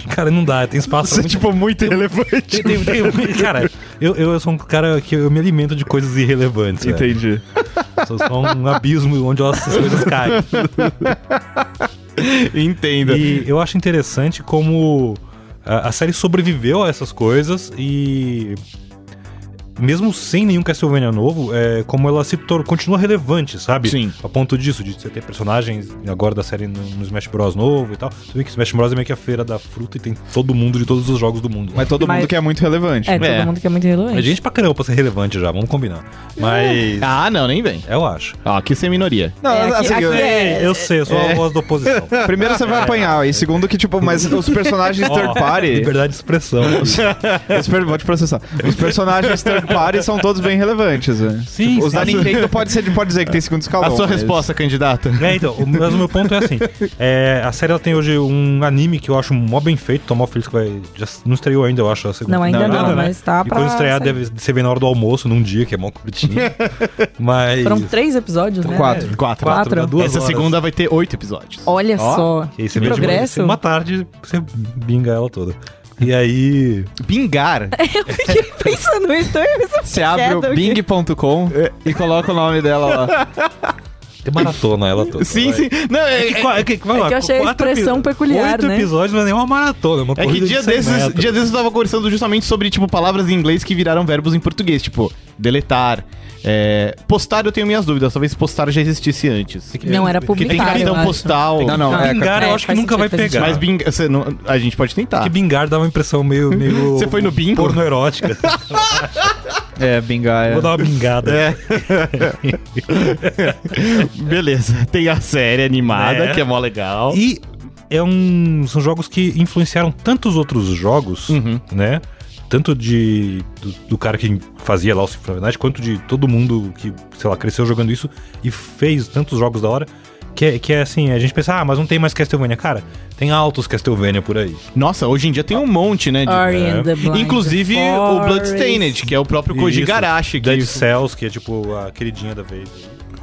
C: Cara, não dá, tem espaço.
B: Isso é,
C: Muito...
B: tipo, muito irrelevante.
C: Tem- tem- tem- cara, eu, eu sou um cara que eu me alimento de coisas irrelevantes. velho.
B: Entendi.
C: Sou só um abismo onde essas coisas caem.
A: Entenda.
C: E eu acho interessante como ah, a, a série sobreviveu a essas coisas e. Mesmo sem nenhum Castlevania novo, é, como ela se tor- continua relevante, sabe?
A: Sim.
C: A ponto disso, de você ter personagens agora da série no, no Smash Bros. novo e tal. Você vê que Smash Bros. é meio que a feira da fruta e tem todo mundo de todos os jogos do mundo.
B: Mas todo
D: Mas-
B: mundo que é muito relevante.
D: É, todo
A: É.
D: mundo que é muito relevante.
C: É gente pra caramba pra ser relevante já, vamos combinar. Mas.
A: Ah, não, nem vem.
C: Eu acho.
A: Ó, aqui você é minoria.
B: Não, assim,
D: É, aqui- aqui É,
C: eu sei, eu sou a voz da oposição.
B: Primeiro você vai apanhar, e segundo que, tipo, mas os personagens
C: Ó,
B: third party.
C: Liberdade de expressão.
B: Os per- Vou te processar. Os personagens third party são todos bem relevantes, né?
C: Sim,
A: Tipo,
B: Os da
C: sim.
B: Nintendo pode, ser, pode dizer que tem segundo escalão.
A: A sua
B: mas-
A: resposta, candidata.
C: É, então, o- mas o meu ponto é assim: é, a série ela tem hoje um anime que eu acho mó bem feito, tô mó feliz que vai. Já não estreou ainda, eu acho. A segunda
D: Não, ainda
B: Não,
D: não,
C: temporada, né?
D: mas tá
C: E
D: pra...
C: quando estrear
D: sair.
C: deve ser bem na hora do almoço, num dia, que é mó curtinho. mas.
D: Foram três episódios, né?
B: Quatro.
A: Quatro.
D: Quatro.
C: dá duas
A: Essa
C: horas.
A: segunda vai ter oito episódios.
D: Olha
C: Ó,
D: só,
C: E aí
D: que
C: você vê de manhã,
D: progresso.
C: Uma tarde, você binga ela toda. E aí.
A: Bingar.
D: Eu fiquei pensando nisso, então eu pensei,
B: Você abre o
D: Quieto aqui.
B: bing.com e coloca o nome dela lá.
C: Tem maratona ela toda.
A: sim,
C: vai.
A: sim. Não, é,
C: Que, qua- que, vamos
D: É
C: lá,
D: que eu achei a
C: quatro
D: expressão
C: epi-
D: peculiar,
C: Oito
D: né?
C: episódios não é nenhuma maratona, é uma
A: é que
C: corrida
A: dia
C: de 100
A: desses,
C: metros.
A: dia desses eu tava conversando justamente sobre, tipo, palavras em inglês que viraram verbos em português. Tipo, deletar. É, postar eu tenho minhas dúvidas, talvez postar já existisse antes.
D: Não, era
A: Porque tem
D: Tá, eu
A: cartão
D: acho.
A: postal.
B: Não, não, é,
C: Pingar eu acho que
D: faz
C: nunca vai
D: sentido, faz
C: pegar.
A: Mas binga- você não- a gente pode tentar.
C: Que bingar dá uma impressão meio. meio
A: Ah. Você foi no bingo?
C: Porno erótica.
B: é bingar. É.
C: Vou dar uma bingada.
A: É. Beleza. Tem a série animada,
C: É.
A: que é mó legal.
C: E é um, são jogos que influenciaram tantos outros jogos,
A: Uhum.
C: né? Tanto de do, do cara que fazia lá o Symphony of the Night, quanto de todo mundo que, sei lá, cresceu jogando isso e fez tantos jogos da hora. Que é, que é assim, a gente pensa, ah, mas não tem mais Castlevania. Cara, tem altos Castlevania por aí.
A: Nossa, hoje em dia tem um monte, né? de-
D: Ori and the Blind
A: Inclusive o
D: Forest.
A: Bloodstained, que é o próprio Koji
C: É. Isso.
A: Garashi. que- tipo,
C: Dead Cells, que é tipo a queridinha da vez.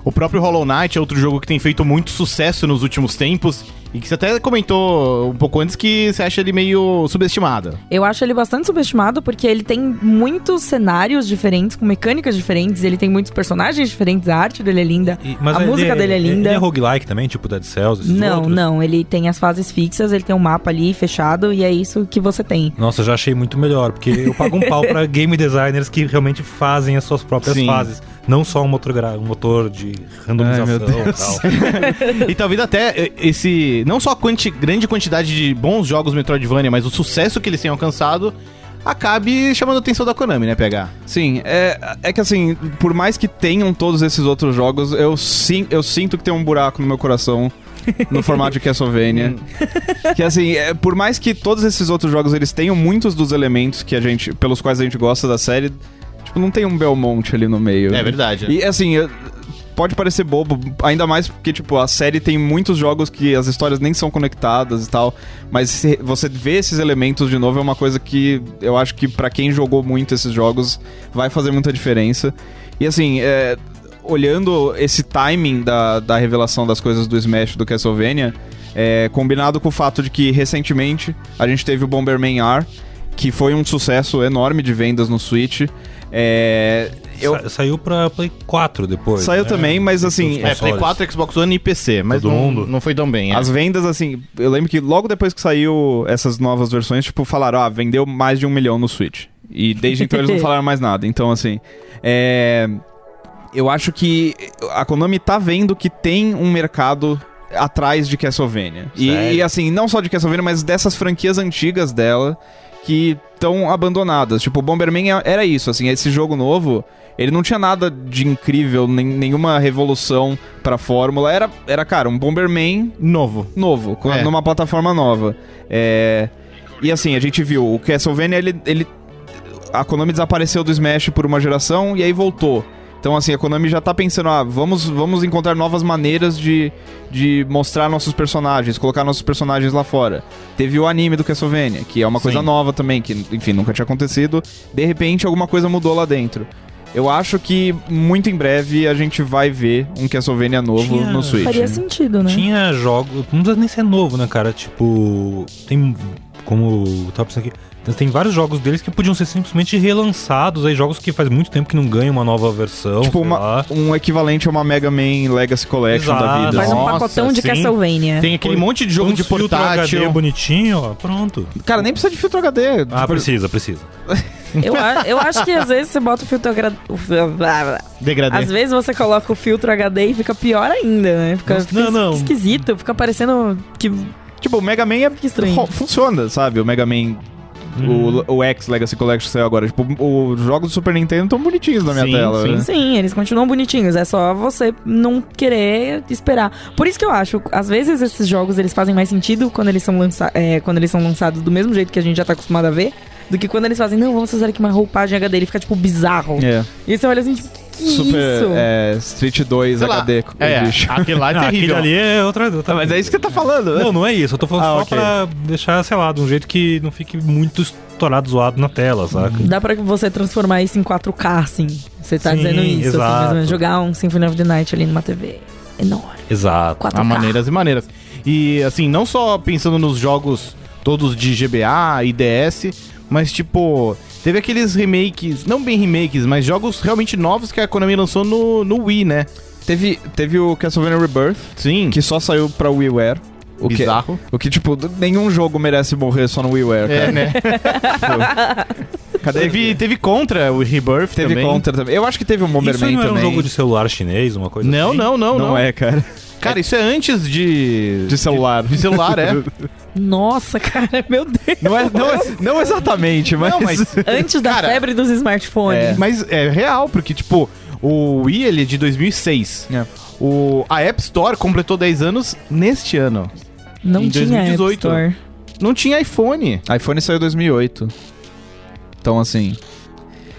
A: O próprio Hollow Knight é outro jogo que tem feito muito sucesso nos últimos tempos. E que você até comentou um pouco antes que você acha ele meio subestimado.
D: Eu acho ele bastante subestimado porque ele tem muitos cenários diferentes, com mecânicas diferentes, ele tem muitos personagens diferentes, a arte dele é linda,
C: E- mas
D: a
C: ele
D: música
C: é-
D: dele é
C: Ele
D: linda.
C: é roguelike também, tipo Dead Cells, esses
D: não,
C: outros?
D: não, ele tem as fases fixas, ele tem um mapa ali fechado e é isso que você tem.
C: Nossa, eu já achei muito melhor, porque eu pago um pau pra game designers que realmente fazem as suas próprias
A: Sim.
C: fases. Não só um motor, gra- um motor de randomização
B: Ai, meu
C: e
B: Deus.
C: tal.
A: E talvez até eh, esse. Não só a quanti- grande quantidade de bons jogos Metroidvania, mas o sucesso que eles têm alcançado acabe chamando a atenção da Konami, né, PH?
B: Sim, é, é que assim, por mais que tenham todos esses outros jogos, eu, sim, eu sinto que tem um buraco no meu coração no formato de Castlevania. que assim, é, por mais que todos esses outros jogos eles tenham muitos dos elementos que a gente, pelos quais a gente gosta da série, tipo, não tem um Belmonte ali no meio.
A: É verdade.
B: E assim, eu- pode parecer bobo, ainda mais porque, tipo, a série tem muitos jogos que as histórias nem são conectadas e tal, mas se- você vê esses elementos de novo é uma coisa que eu acho que pra quem jogou muito esses jogos vai fazer muita diferença. E assim, é, olhando esse timing da, da revelação das coisas do Smash do Castlevania, é, combinado com o fato de que recentemente a gente teve o Bomberman R, que foi um sucesso enorme de vendas no Switch. É, eu,
C: Sa- saiu pra Play 4 depois.
B: Saiu
C: né?
B: também, mas assim,
A: É, Play
C: consoles.
A: 4, Xbox One e PC, mas
C: Todo
A: não,
C: mundo.
A: não foi tão bem. é.
B: as vendas, assim, eu lembro que logo depois que saiu essas novas versões, tipo, falaram, ah, vendeu mais de um milhão no Switch. E desde então eles não falaram mais nada. Então, assim, é. Eu acho que a Konami tá vendo que tem um mercado atrás de Castlevania. E,
C: Sério?
B: e, assim, não só de Castlevania, mas dessas franquias antigas dela que estão abandonadas. Tipo, o Bomberman é- era isso, assim, esse jogo novo, ele não tinha nada de incrível, nem- nenhuma revolução pra fórmula. Era, era, cara, um Bomberman
A: Novo.
B: novo, com-
A: É.
B: numa plataforma nova. É, E assim, a gente viu, o Castlevania, ele, ele. A Konami desapareceu do Smash por uma geração e aí voltou. Então, assim, a Konami já tá pensando, ah, vamos, vamos encontrar novas maneiras de, de mostrar nossos personagens, colocar nossos personagens lá fora. Teve o anime do Castlevania, que é uma coisa
A: Sim.
B: nova também, que, enfim, nunca tinha acontecido. De repente, alguma coisa mudou lá dentro. Eu acho que muito em breve a gente vai ver um Castlevania novo
C: Tinha-
B: no Switch.
D: Faria sentido, né?
C: Tinha jogos. Não precisa nem ser novo, né, cara? Tipo. Tem. Como eu tava pensando aqui. tem- Tem vários jogos deles que podiam ser simplesmente relançados aí, jogos que faz muito tempo que não ganham uma nova versão.
B: Tipo,
C: sei lá.
B: uma, um equivalente a uma Mega Man Legacy Collection da
C: Exato.
B: vida.
D: Faz um
A: Nossa,
D: pacotão de
A: sim.
D: Castlevania.
A: Tem aquele
C: Foi-
A: monte de jogo
C: um
A: de
C: filtro
A: portátil.
C: HD bonitinho, ó, pronto.
B: Cara, nem precisa de filtro HD.
C: Ah,
B: Tipo,
C: precisa, precisa.
D: Eu, a- eu acho que às vezes você bota o filtro HD.
A: Degradê.
D: Às vezes você coloca o filtro HD e fica pior ainda, né? Fica,
C: Nossa,
D: fica
C: não,
D: es-
C: não.
D: esquisito, fica parecendo que
B: tipo, o Mega Man é
D: Que estranho.
B: ro- funciona, sabe? O Mega Man. O, o X Legacy Collection saiu agora. Tipo, os jogos do Super Nintendo estão bonitinhos na minha
A: Sim,
B: tela.
A: sim.
B: né?
D: Sim, eles continuam bonitinhos. É só você não querer esperar. Por isso que eu acho, às vezes esses jogos eles fazem mais sentido quando eles são, lança é, quando eles são lançados do mesmo jeito que a gente já tá acostumado a ver, do que quando eles fazem, não, vamos fazer aqui uma roupagem HD, ele fica tipo bizarro.
B: É.
D: E você olha assim, tipo, que, que
B: Super
D: isso?
B: é, Street 2
A: Sei lá.
B: HD.
A: É,
B: bicho.
A: aquele lá é
C: Ah, aquele
A: terrível.
C: ali é outra. outra
B: Mas é isso que você tá falando, né?
C: Não, não é isso. Eu tô falando
B: Ah,
C: só
B: ok.
C: pra deixar, sei lá, de um jeito que não fique muito estourado, zoado na
B: Hum.
C: tela, saca?
D: Dá pra você transformar isso em 4K, assim. Você tá
C: Sim,
D: dizendo isso, assim, mais ou
C: exato.
D: menos. Jogar um Symphony of the Night ali numa TV enorme.
C: Exato.
D: 4K.
A: Há maneiras e maneiras. E assim, não só pensando nos jogos todos de GBA e DS, mas tipo, teve aqueles remakes, não bem remakes, mas jogos realmente novos que a Konami lançou no, no Wii, né?
B: Teve, teve o Castlevania Rebirth,
A: Sim,
B: que só saiu pra WiiWare. O que,
A: bizarro.
B: É, o que, tipo, nenhum jogo merece morrer só no WiiWare, cara.
A: É, né?
B: Cadê?
A: Teve, teve contra o Rebirth
B: Teve
A: também.
B: Counter também. Eu acho que teve um
C: Isso aí
B: Bomberman
C: não era um
B: também.
C: jogo de celular chinês, uma coisa
A: Não,
C: assim?
A: não, não, não.
B: Não é, cara.
A: Cara, isso é antes de.
B: De celular.
A: De celular, é.
D: Nossa, cara, meu Deus.
B: Não, é, não, é- não exatamente, mas...
A: Não, mas-
D: Antes da
A: Cara,
D: febre dos smartphones.
A: É. Mas é real, porque, tipo, o Wii ele é de 2006.
B: É.
A: O, a App Store completou 10 anos neste ano.
D: Não
A: em
D: tinha App
A: 2018.
D: Store.
A: Não tinha iPhone.
B: iPhone saiu em 2008. Então, assim...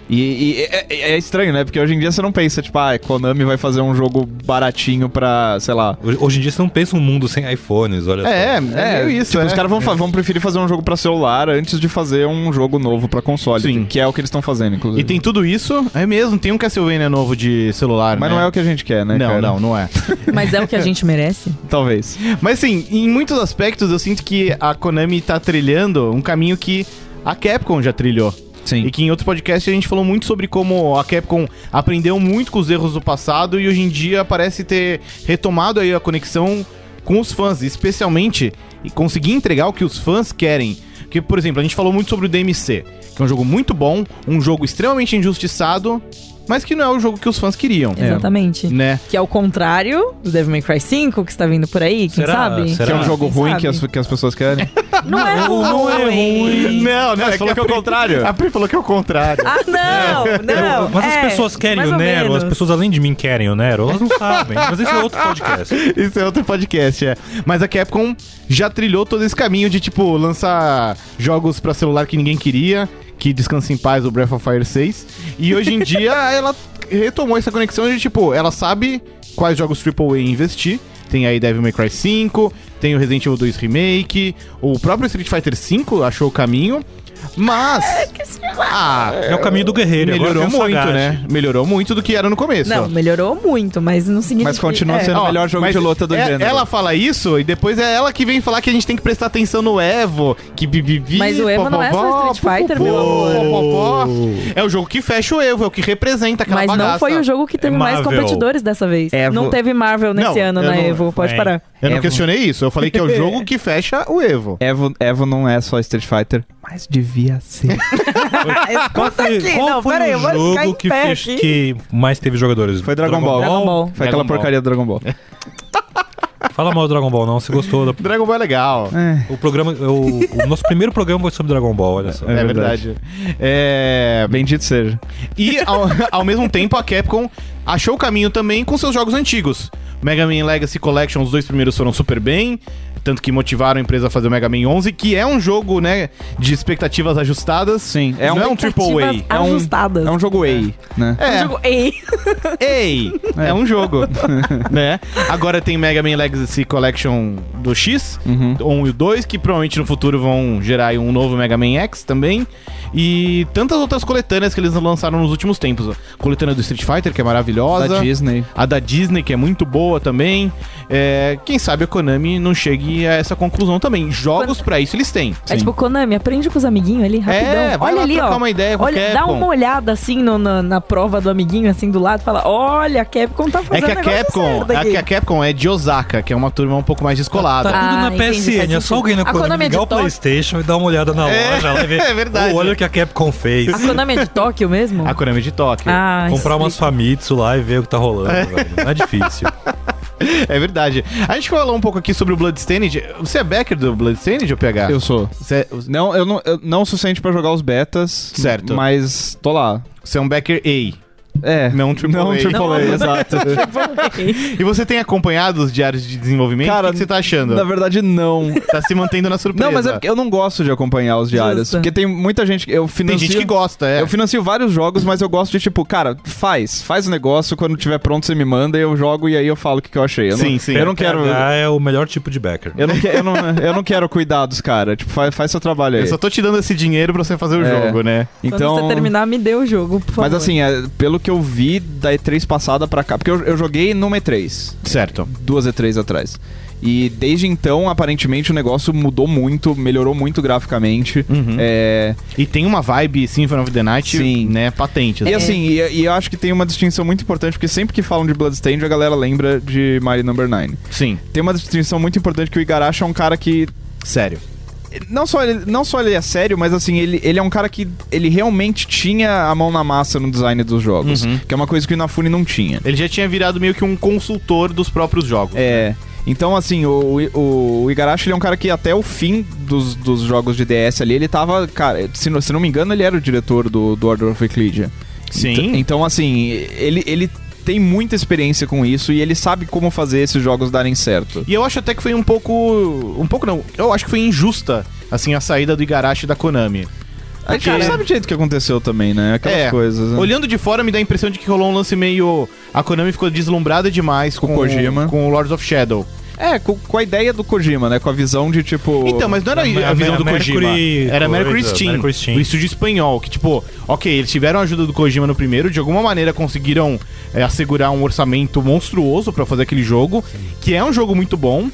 B: E, e é, é- é estranho, né? Porque hoje em dia você não pensa, tipo, ah, Konami vai fazer um jogo baratinho pra, sei lá...
C: Hoje- Hoje em dia você não pensa um mundo sem iPhones, olha
A: É, é,
C: só.
A: meio isso.
B: tipo,
A: é.
B: os caras vão, fa- vão preferir fazer um jogo pra celular antes de fazer um jogo novo pra console.
A: Sim.
B: Que é o que eles estão fazendo, inclusive.
A: E tem tudo isso. É mesmo, tem um Castlevania novo de celular.
B: Mas
A: né?
B: não é o que a gente quer, né,
A: Não,
B: cara?
A: não, não é.
D: Mas é o que a gente merece?
B: Talvez.
A: Mas assim, em muitos aspectos eu sinto que a Konami tá trilhando um caminho que a Capcom já trilhou.
B: Sim.
A: E que em outros podcasts a gente falou muito sobre como a Capcom aprendeu muito com os erros do passado e hoje em dia parece ter retomado aí a conexão com os fãs, especialmente e conseguir entregar o que os fãs querem. Porque, por exemplo, a gente falou muito sobre o DMC, que é um jogo muito bom, um jogo extremamente injustiçado, mas que não é o jogo que os fãs queriam,
D: É. Exatamente.
A: né?
D: Que é o contrário do Devil May Cry 5 que está vindo por aí, quem
C: Será?
D: sabe?
C: Será?
B: Que é um
C: Ah,
B: jogo
D: quem
B: ruim
D: sabe?
B: que as, que as pessoas querem.
D: Não, é ruim.
A: Não, não,
B: Cara,
A: você falou que é o contrário. A Pri falou que é o contrário.
D: Ah, não, não.
C: Mas
D: é,
C: as pessoas querem
D: mais
C: o
D: ou
C: Nero, as
D: menos.
C: pessoas além de mim querem o Nero, elas não sabem. Mas esse é outro podcast.
A: Isso é outro podcast, é. Mas a Capcom já trilhou todo esse caminho de, tipo, lançar jogos pra celular que ninguém queria, que descansa em paz o Breath of Fire 6. E hoje em dia ela retomou essa conexão de, tipo, ela sabe quais jogos AAA investir. Tem aí Devil May Cry 5, tem o Resident Evil 2 Remake, o próprio Street Fighter 5 achou o caminho, mas... Ah,
C: É o caminho do guerreiro. agora
A: melhorou
C: tem o
A: muito,
C: Sagat.
A: né? Melhorou muito do que era no começo.
D: Não, melhorou muito, mas não significa.
B: Mas continua
D: é.
B: sendo o
A: Ó,
B: melhor jogo
A: mas
B: de luta do
A: é-
B: gênero.
A: Ela fala isso e depois é ela que vem falar que a gente tem que prestar atenção no Evo, que bibibi.
D: Mas o Evo não é só
A: popopó,
D: Street Fighter, meu
A: popopó,
D: amor.
A: popopó. É o jogo que fecha o Evo, é o que representa aquela
D: Mas
A: bagaça.
D: não foi o jogo que teve mais
C: Marvel.
D: competidores dessa vez.
B: Evo.
D: Não teve Marvel nesse
A: Não,
D: ano
A: eu
D: na
A: não-
D: Evo, pode
C: É.
D: parar.
A: Eu não
B: Evo.
A: questionei isso, eu falei que é o jogo que fecha o Evo.
B: Evo, Evo não é só Street Fighter, mas devia ser.
C: Qual foi,
D: aqui,
C: qual
D: assim? não,
C: foi
D: pera aí, eu
C: o
D: vou
C: jogo
D: ficar em
C: que,
D: pé
C: fez-
D: aqui.
C: que mais teve jogadores?
B: Foi Dragon
A: tá
B: Ball.
D: Dragon Ball.
B: Foi
A: Dragon
B: aquela
A: Ball.
B: porcaria do Dragon Ball.
C: Fala mal do Dragon Ball, não. Se gostou da-
A: Dragon Ball é legal.
C: O programa. O, o nosso primeiro programa foi sobre Dragon Ball, olha só.
A: É,
B: É
A: verdade.
B: verdade.
A: É,
B: Bendito seja.
A: E ao, ao mesmo tempo a Capcom achou o caminho também com seus jogos antigos. Mega Man Legacy Collection, os dois primeiros foram super bem, tanto que motivaram a empresa a fazer o Mega Man 11, que é um jogo, né, de expectativas ajustadas. Sim, é um, não é um AAA.
D: Expectativas
A: É um,
D: ajustadas.
B: É um jogo A, né?
D: Um
A: é,
D: jogo Ei,
A: ei, é. um jogo, né? Agora tem Mega Man Legacy Collection do X,
B: Uhum.
A: o 1 e o 2, que provavelmente no futuro vão gerar aí um novo Mega Man X também. E tantas outras coletâneas que eles lançaram nos últimos tempos. A coletânea do Street Fighter, que é maravilhosa.
B: Da Disney.
A: A da Disney, que é muito boa também. É, quem sabe a Konami não chegue a essa conclusão também. Jogos pra isso eles têm.
D: É tipo, Konami, aprende com os amiguinhos ali rapidão.
A: É, vai
D: olha
A: lá
D: ali,
A: trocar
D: ó.
A: uma ideia com a
D: olha, dá
A: Capcom.
D: uma olhada assim no- na, na prova do amiguinho, assim do lado, fala: Olha, a Capcom tá
A: É
D: fazendo.
A: que a
D: negócio
A: Capcom,
D: certo
A: é que
D: aqui.
A: a Capcom é de Osaka, que é uma turma um pouco mais descolada.
C: Tá tudo
D: Ah,
C: na
D: entendi, faz
C: PSN, é só
D: sentido.
C: alguém na
D: A Konami
C: Konami
D: é de
C: ligar o
D: Tóquio.
C: Playstation e dar uma olhada na
A: É,
C: loja lá e ver.
A: é verdade.
C: "Pô, olha o que a Capcom fez.
D: A Konami é de Tóquio mesmo?
A: A Konami de Tóquio.
D: Ah,
C: Comprar umas
D: explica.
C: Famitsu lá e ver o que tá rolando, velho. Não é difícil.
A: É verdade. A gente falou um pouco aqui sobre o Bloodstained. Você é backer do Bloodstained ou PH?
B: Eu sou.
A: Você é,
B: Não, eu não, eu não o suficiente pra jogar os betas.
A: Certo.
B: Mas tô lá.
A: você é um backer A.
B: É.
A: Não AAA.
B: Não AAA,
D: Não, não.
B: exato.
A: E você tem acompanhado os diários de desenvolvimento?
B: Cara,
A: o que que você tá achando?
B: Na verdade, não.
A: Tá se mantendo na surpresa.
B: Não, mas é porque eu não gosto de acompanhar os diários.
D: Justo.
B: Porque tem muita gente. Eu
A: Tem
B: financio...
A: gente que gosta, é.
B: Eu financio vários jogos, mas eu gosto de, tipo, cara, faz. Faz o negócio, quando tiver pronto você me manda e eu jogo e aí eu falo o que, que eu achei. Eu
A: Sim,
B: não,
A: sim.
B: Eu não quero...
C: PH é o melhor tipo de backer.
B: Eu não, que- eu não, eu não quero cuidados, cara. Tipo, faz, faz seu trabalho aí.
A: Eu só tô te dando esse dinheiro pra você fazer o
B: É.
A: jogo, né?
B: Então...
D: Quando você terminar, me dê o jogo, por favor.
B: Mas assim, é, pelo que eu vi da E3 passada pra cá, porque eu, eu joguei numa E3,
A: Certo.
B: duas E3 atrás. E desde então, aparentemente, o negócio mudou muito, melhorou muito graficamente.
A: Uhum.
B: É,
A: E tem uma vibe Symphony of the Night,
B: Sim.
A: né, patente.
B: E
D: É.
A: assim.
B: assim, e, e eu acho que tem uma distinção muito importante, porque sempre que falam de Bloodstained, a galera lembra de Mario Number 9.
A: Sim,
B: Tem uma distinção muito importante que o Igarashi é um cara que
A: sério.
B: Não só, ele, não só ele é sério, mas assim, ele, ele é um cara que ele realmente tinha a mão na massa no design dos jogos. Que é uma coisa que o Inafune não tinha.
A: Ele já tinha virado meio que um consultor dos próprios jogos.
B: É. Então, assim, o, o, o Igarashi ele é um cara que até o fim dos, dos jogos de DS ali, ele tava. Cara, se, não- se não me engano, ele era o diretor do, do Order of Ecclesia.
A: Sim.
B: Ent- então, assim, ele, ele tem muita experiência com isso e ele sabe como fazer esses jogos darem certo.
A: E eu acho até que foi um pouco. Um pouco não. Eu acho que foi injusta, assim, a saída do Igarashi da Konami.
B: A gente não
A: Porque-
B: sabe direito o que aconteceu também, né? Aquelas
A: É.
B: coisas. Né?
A: Olhando de fora, me dá a impressão de que rolou um lance meio. A Konami ficou deslumbrada demais com,
B: Com Kojima.
A: com o Lords of Shadow.
B: É, com, com a ideia do Kojima, né? Com a visão de tipo.
A: Então, mas não era
C: Mer-
A: a visão do
C: Mer-
A: Kojima.
C: Mercury-
A: Era Mercury
C: coisa,
A: Steam,
C: Mercury Steam.
A: o estúdio espanhol, que tipo, ok, eles tiveram a ajuda do Kojima no primeiro, de alguma maneira conseguiram é, assegurar um orçamento monstruoso pra fazer aquele jogo, que é um jogo muito bom.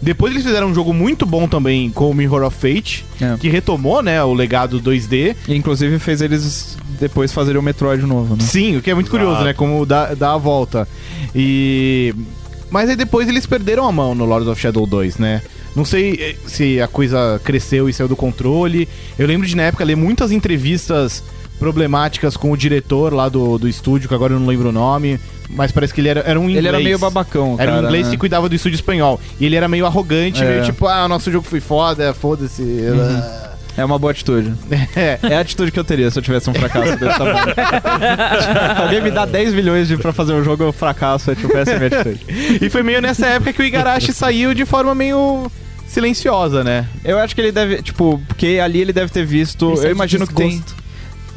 A: Depois eles fizeram um jogo muito bom também com o Mirror of Fate,
B: É.
A: que retomou, né, o legado 2D.
B: E, Inclusive fez eles depois fazerem o Metroid novo, né?
A: Sim, o que é muito curioso,
C: Exato.
A: né, como dá, dá a volta. E... Mas aí depois eles perderam a mão no Lords of Shadow 2, né? Não sei eh, se a coisa cresceu e saiu do controle. Eu lembro de, na época, ler muitas entrevistas problemáticas com o diretor lá do, do estúdio, que agora eu não lembro o nome, mas parece que ele era, era um inglês.
B: Ele era meio babacão,
A: Era
B: cara,
A: um inglês
B: né?
A: que cuidava do estúdio espanhol. E ele era meio arrogante,
B: É.
A: meio tipo, ah, nosso jogo foi foda, foda-se.
B: É uma boa atitude.
A: É.
B: É a atitude que eu teria se eu tivesse um fracasso desse tamanho. Alguém me dá 10 milhões de, pra fazer um jogo, eu fracasso, é tipo essa é a minha atitude.
A: E foi meio nessa época que o Igarashi saiu de forma meio silenciosa, né?
B: Eu acho que ele deve, tipo, porque ali ele deve ter visto,
D: Isso é
B: eu
D: de
B: imagino que tem...
D: desgosto.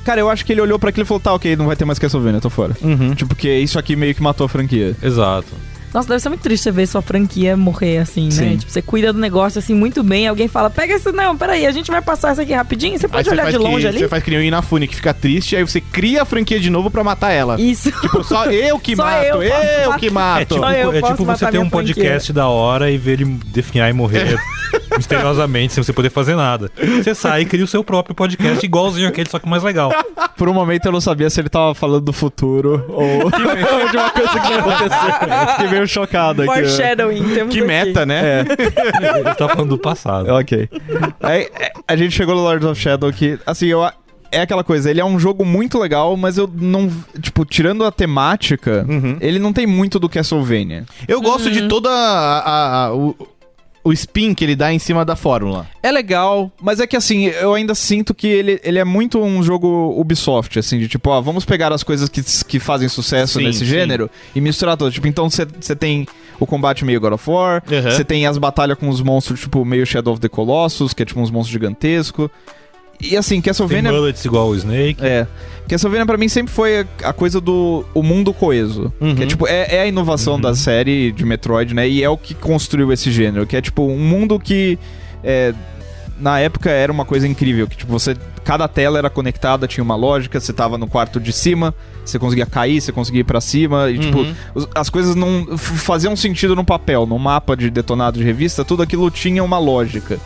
B: Cara, eu acho que ele olhou pra aquilo e falou, tá, ok, não vai ter mais Castlevania, eu tô fora.
A: Uhum.
B: Tipo, porque isso aqui meio que matou a franquia.
C: Exato.
D: Nossa, deve ser muito triste você ver sua franquia morrer assim, né?
B: Sim.
D: Tipo, você cuida do negócio assim muito bem, alguém fala, pega isso, não, peraí, a gente vai passar isso aqui rapidinho, você
A: Aí
D: pode
A: você
D: olhar
A: faz
D: de
A: que-
D: longe ali?
A: Você faz que nem o Inafune, que fica triste, aí você cria a franquia de novo pra matar ela.
D: Isso.
A: Tipo, só eu que
D: Só
A: mato, eu,
D: eu posso matar.
A: que
C: É
A: mato.
C: tipo,
D: Só Ah, eu
C: é
D: posso
C: tipo
D: matar
C: você ter
D: minha
C: um
D: franquia.
C: podcast da hora e ver ele definhar e morrer misteriosamente, sem você poder fazer nada. Você sai e cria o seu próprio podcast igualzinho aquele, só que mais legal.
B: Por um momento eu não sabia se ele tava falando do futuro ou de uma coisa que ia
A: tipo,
B: acontecer. Fiquei meio chocado aqui.
D: Foreshadowing. temos
A: né? que
D: aqui.
A: meta, né?
B: É.
C: Ele tá falando do passado.
B: Ok. Aí, é, a gente chegou no Lords of Shadow que, assim, eu, a- é aquela coisa, ele é um jogo muito legal, mas eu não. Tipo, tirando a temática, ele não tem muito do Castlevania.
A: Uhum. Eu gosto
D: Uhum.
A: de toda a, a- a- o, o spin que ele dá em cima da fórmula.
B: É legal, mas é que assim, eu ainda sinto que ele, ele é muito um jogo Ubisoft, assim, de tipo, ó, vamos pegar as coisas que, que fazem sucesso
A: Sim,
B: nesse
A: sim.
B: gênero e misturar tudo. Tipo, então você tem o combate meio God of War,
A: Uhum.
B: você tem as batalhas com os monstros, tipo, meio Shadow of the Colossus, que é tipo uns monstros gigantescos. E assim,
C: Tem
B: Castlevania
C: mullets igual o Snake.
B: É. Castlevania pra mim sempre foi a- a coisa do o mundo coeso.
A: Uhum.
B: Que é tipo, é, é a inovação da série de Metroid, né? E é o que construiu esse gênero. Que é tipo, um mundo que. é, na época era uma coisa incrível, que tipo, você. Cada tela era conectada, tinha uma lógica, você tava no quarto de cima, você conseguia cair, você conseguia ir pra cima, e tipo,
A: Uhum.
B: os- as coisas não. f- faziam sentido no papel, no mapa de detonado de revista, tudo aquilo tinha uma lógica.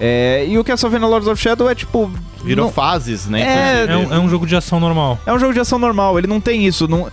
B: É, e o Castlevania Lords of Shadow é tipo.
A: Virou
B: não-
A: fases, né?
B: É,
A: inclusive.
C: É um, é um jogo de ação normal.
B: é um jogo de ação normal, ele não tem isso. Não...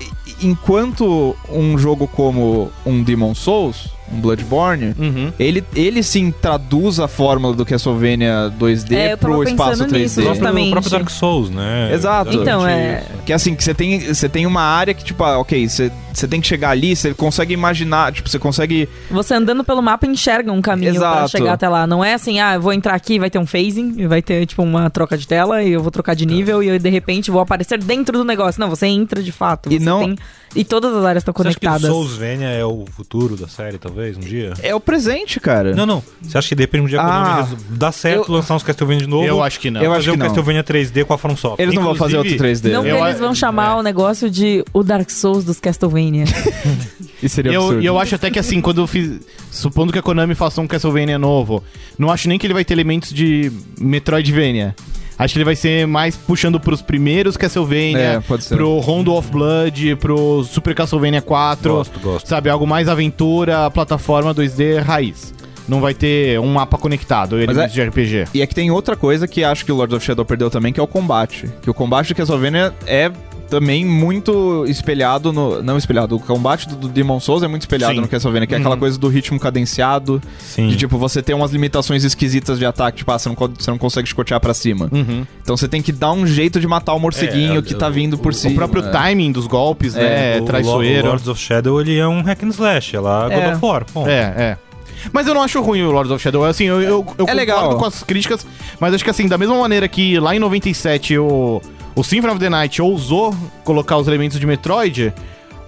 B: E- Enquanto um jogo como um Demon Souls, um Bloodborne,
A: Uhum.
B: ele, ele sim traduz a fórmula do Castlevania 2D
D: É, eu tava
B: pro
D: pensando
B: espaço 3D.
D: nisso,
C: O
D: Justamente.
C: próprio, o próprio Dark Souls, né?
B: Exato.
D: Então, é.
B: Que é assim, que você tem, você tem uma área que, tipo, ah, ok, você você tem que chegar ali, você consegue imaginar, tipo, você consegue.
D: Você andando pelo mapa enxerga um caminho pra
B: Exato.
D: chegar até lá. Não é assim, ah, eu vou entrar aqui, vai ter um phasing, e vai ter tipo uma troca de tela e eu vou trocar de nível e eu de repente vou aparecer dentro do negócio. Não, você entra de fato.
B: E
D: você
B: não-
D: tem- E todas as áreas estão
C: Você acha que o
D: conectadas.
C: Soulsvania é o futuro da série, talvez, um dia?
B: É o presente, cara.
C: Não, não. Você acha que depende um dia quando
B: Ah,
C: eles- dá certo
B: eu-
C: lançar uns Castlevania de novo?
A: Eu acho que não.
B: Eu acho
C: fazer
B: que
C: um
B: não.
C: Castlevania 3D com a From Software.
B: Eles não vão fazer outro
A: Inclusive,
B: 3D.
D: Não que
A: Eu- É.
D: eles vão chamar o negócio de o Dark Souls dos Castlevania.
B: E seria
A: E eu,
B: absurdo.
A: e eu acho até que assim, quando eu fiz. Supondo que a Konami faça um Castlevania novo, não acho nem que ele vai ter elementos de Metroidvania. Acho que ele vai ser mais puxando pros primeiros Castlevania,
B: É, pode ser.
A: pro Rondo of Blood, pro Super Castlevania 4.
C: Gosto, gosto.
A: Sabe, algo mais aventura, plataforma 2D raiz. Não vai ter um mapa conectado, elementos
B: é-
A: de RPG.
B: E é que tem outra coisa que acho que o Lord of Shadow perdeu também, que é o combate. Que o combate de Castlevania é também muito espelhado no. Não espelhado, o combate do, do Demon Souls é muito espelhado
A: Sim.
B: no Castlevania, que é aquela coisa do ritmo cadenciado,
C: Uhum. Sim.
B: de tipo, você tem umas limitações esquisitas de ataque, tipo, ah, você não, co- você não consegue escotear pra cima.
A: Uhum.
B: Então você tem que dar um jeito de matar o morceguinho
C: É,
B: que
C: o-
B: tá vindo por
C: o- o
B: cima.
A: o próprio
B: é.
A: timing dos golpes, né? É
C: O
A: traiçoeiro.
C: Lo- Lords of Shadow, ele é um hack and slash, é lá
B: É.
C: God of War, ponto.
A: É, é. Mas eu não acho ruim o Lords of Shadow. Assim, eu, eu, eu concordo
B: É legal.
A: com as críticas, mas acho que assim, da mesma maneira que lá em 97 o, o Symphony of the Night ousou colocar os elementos de Metroid,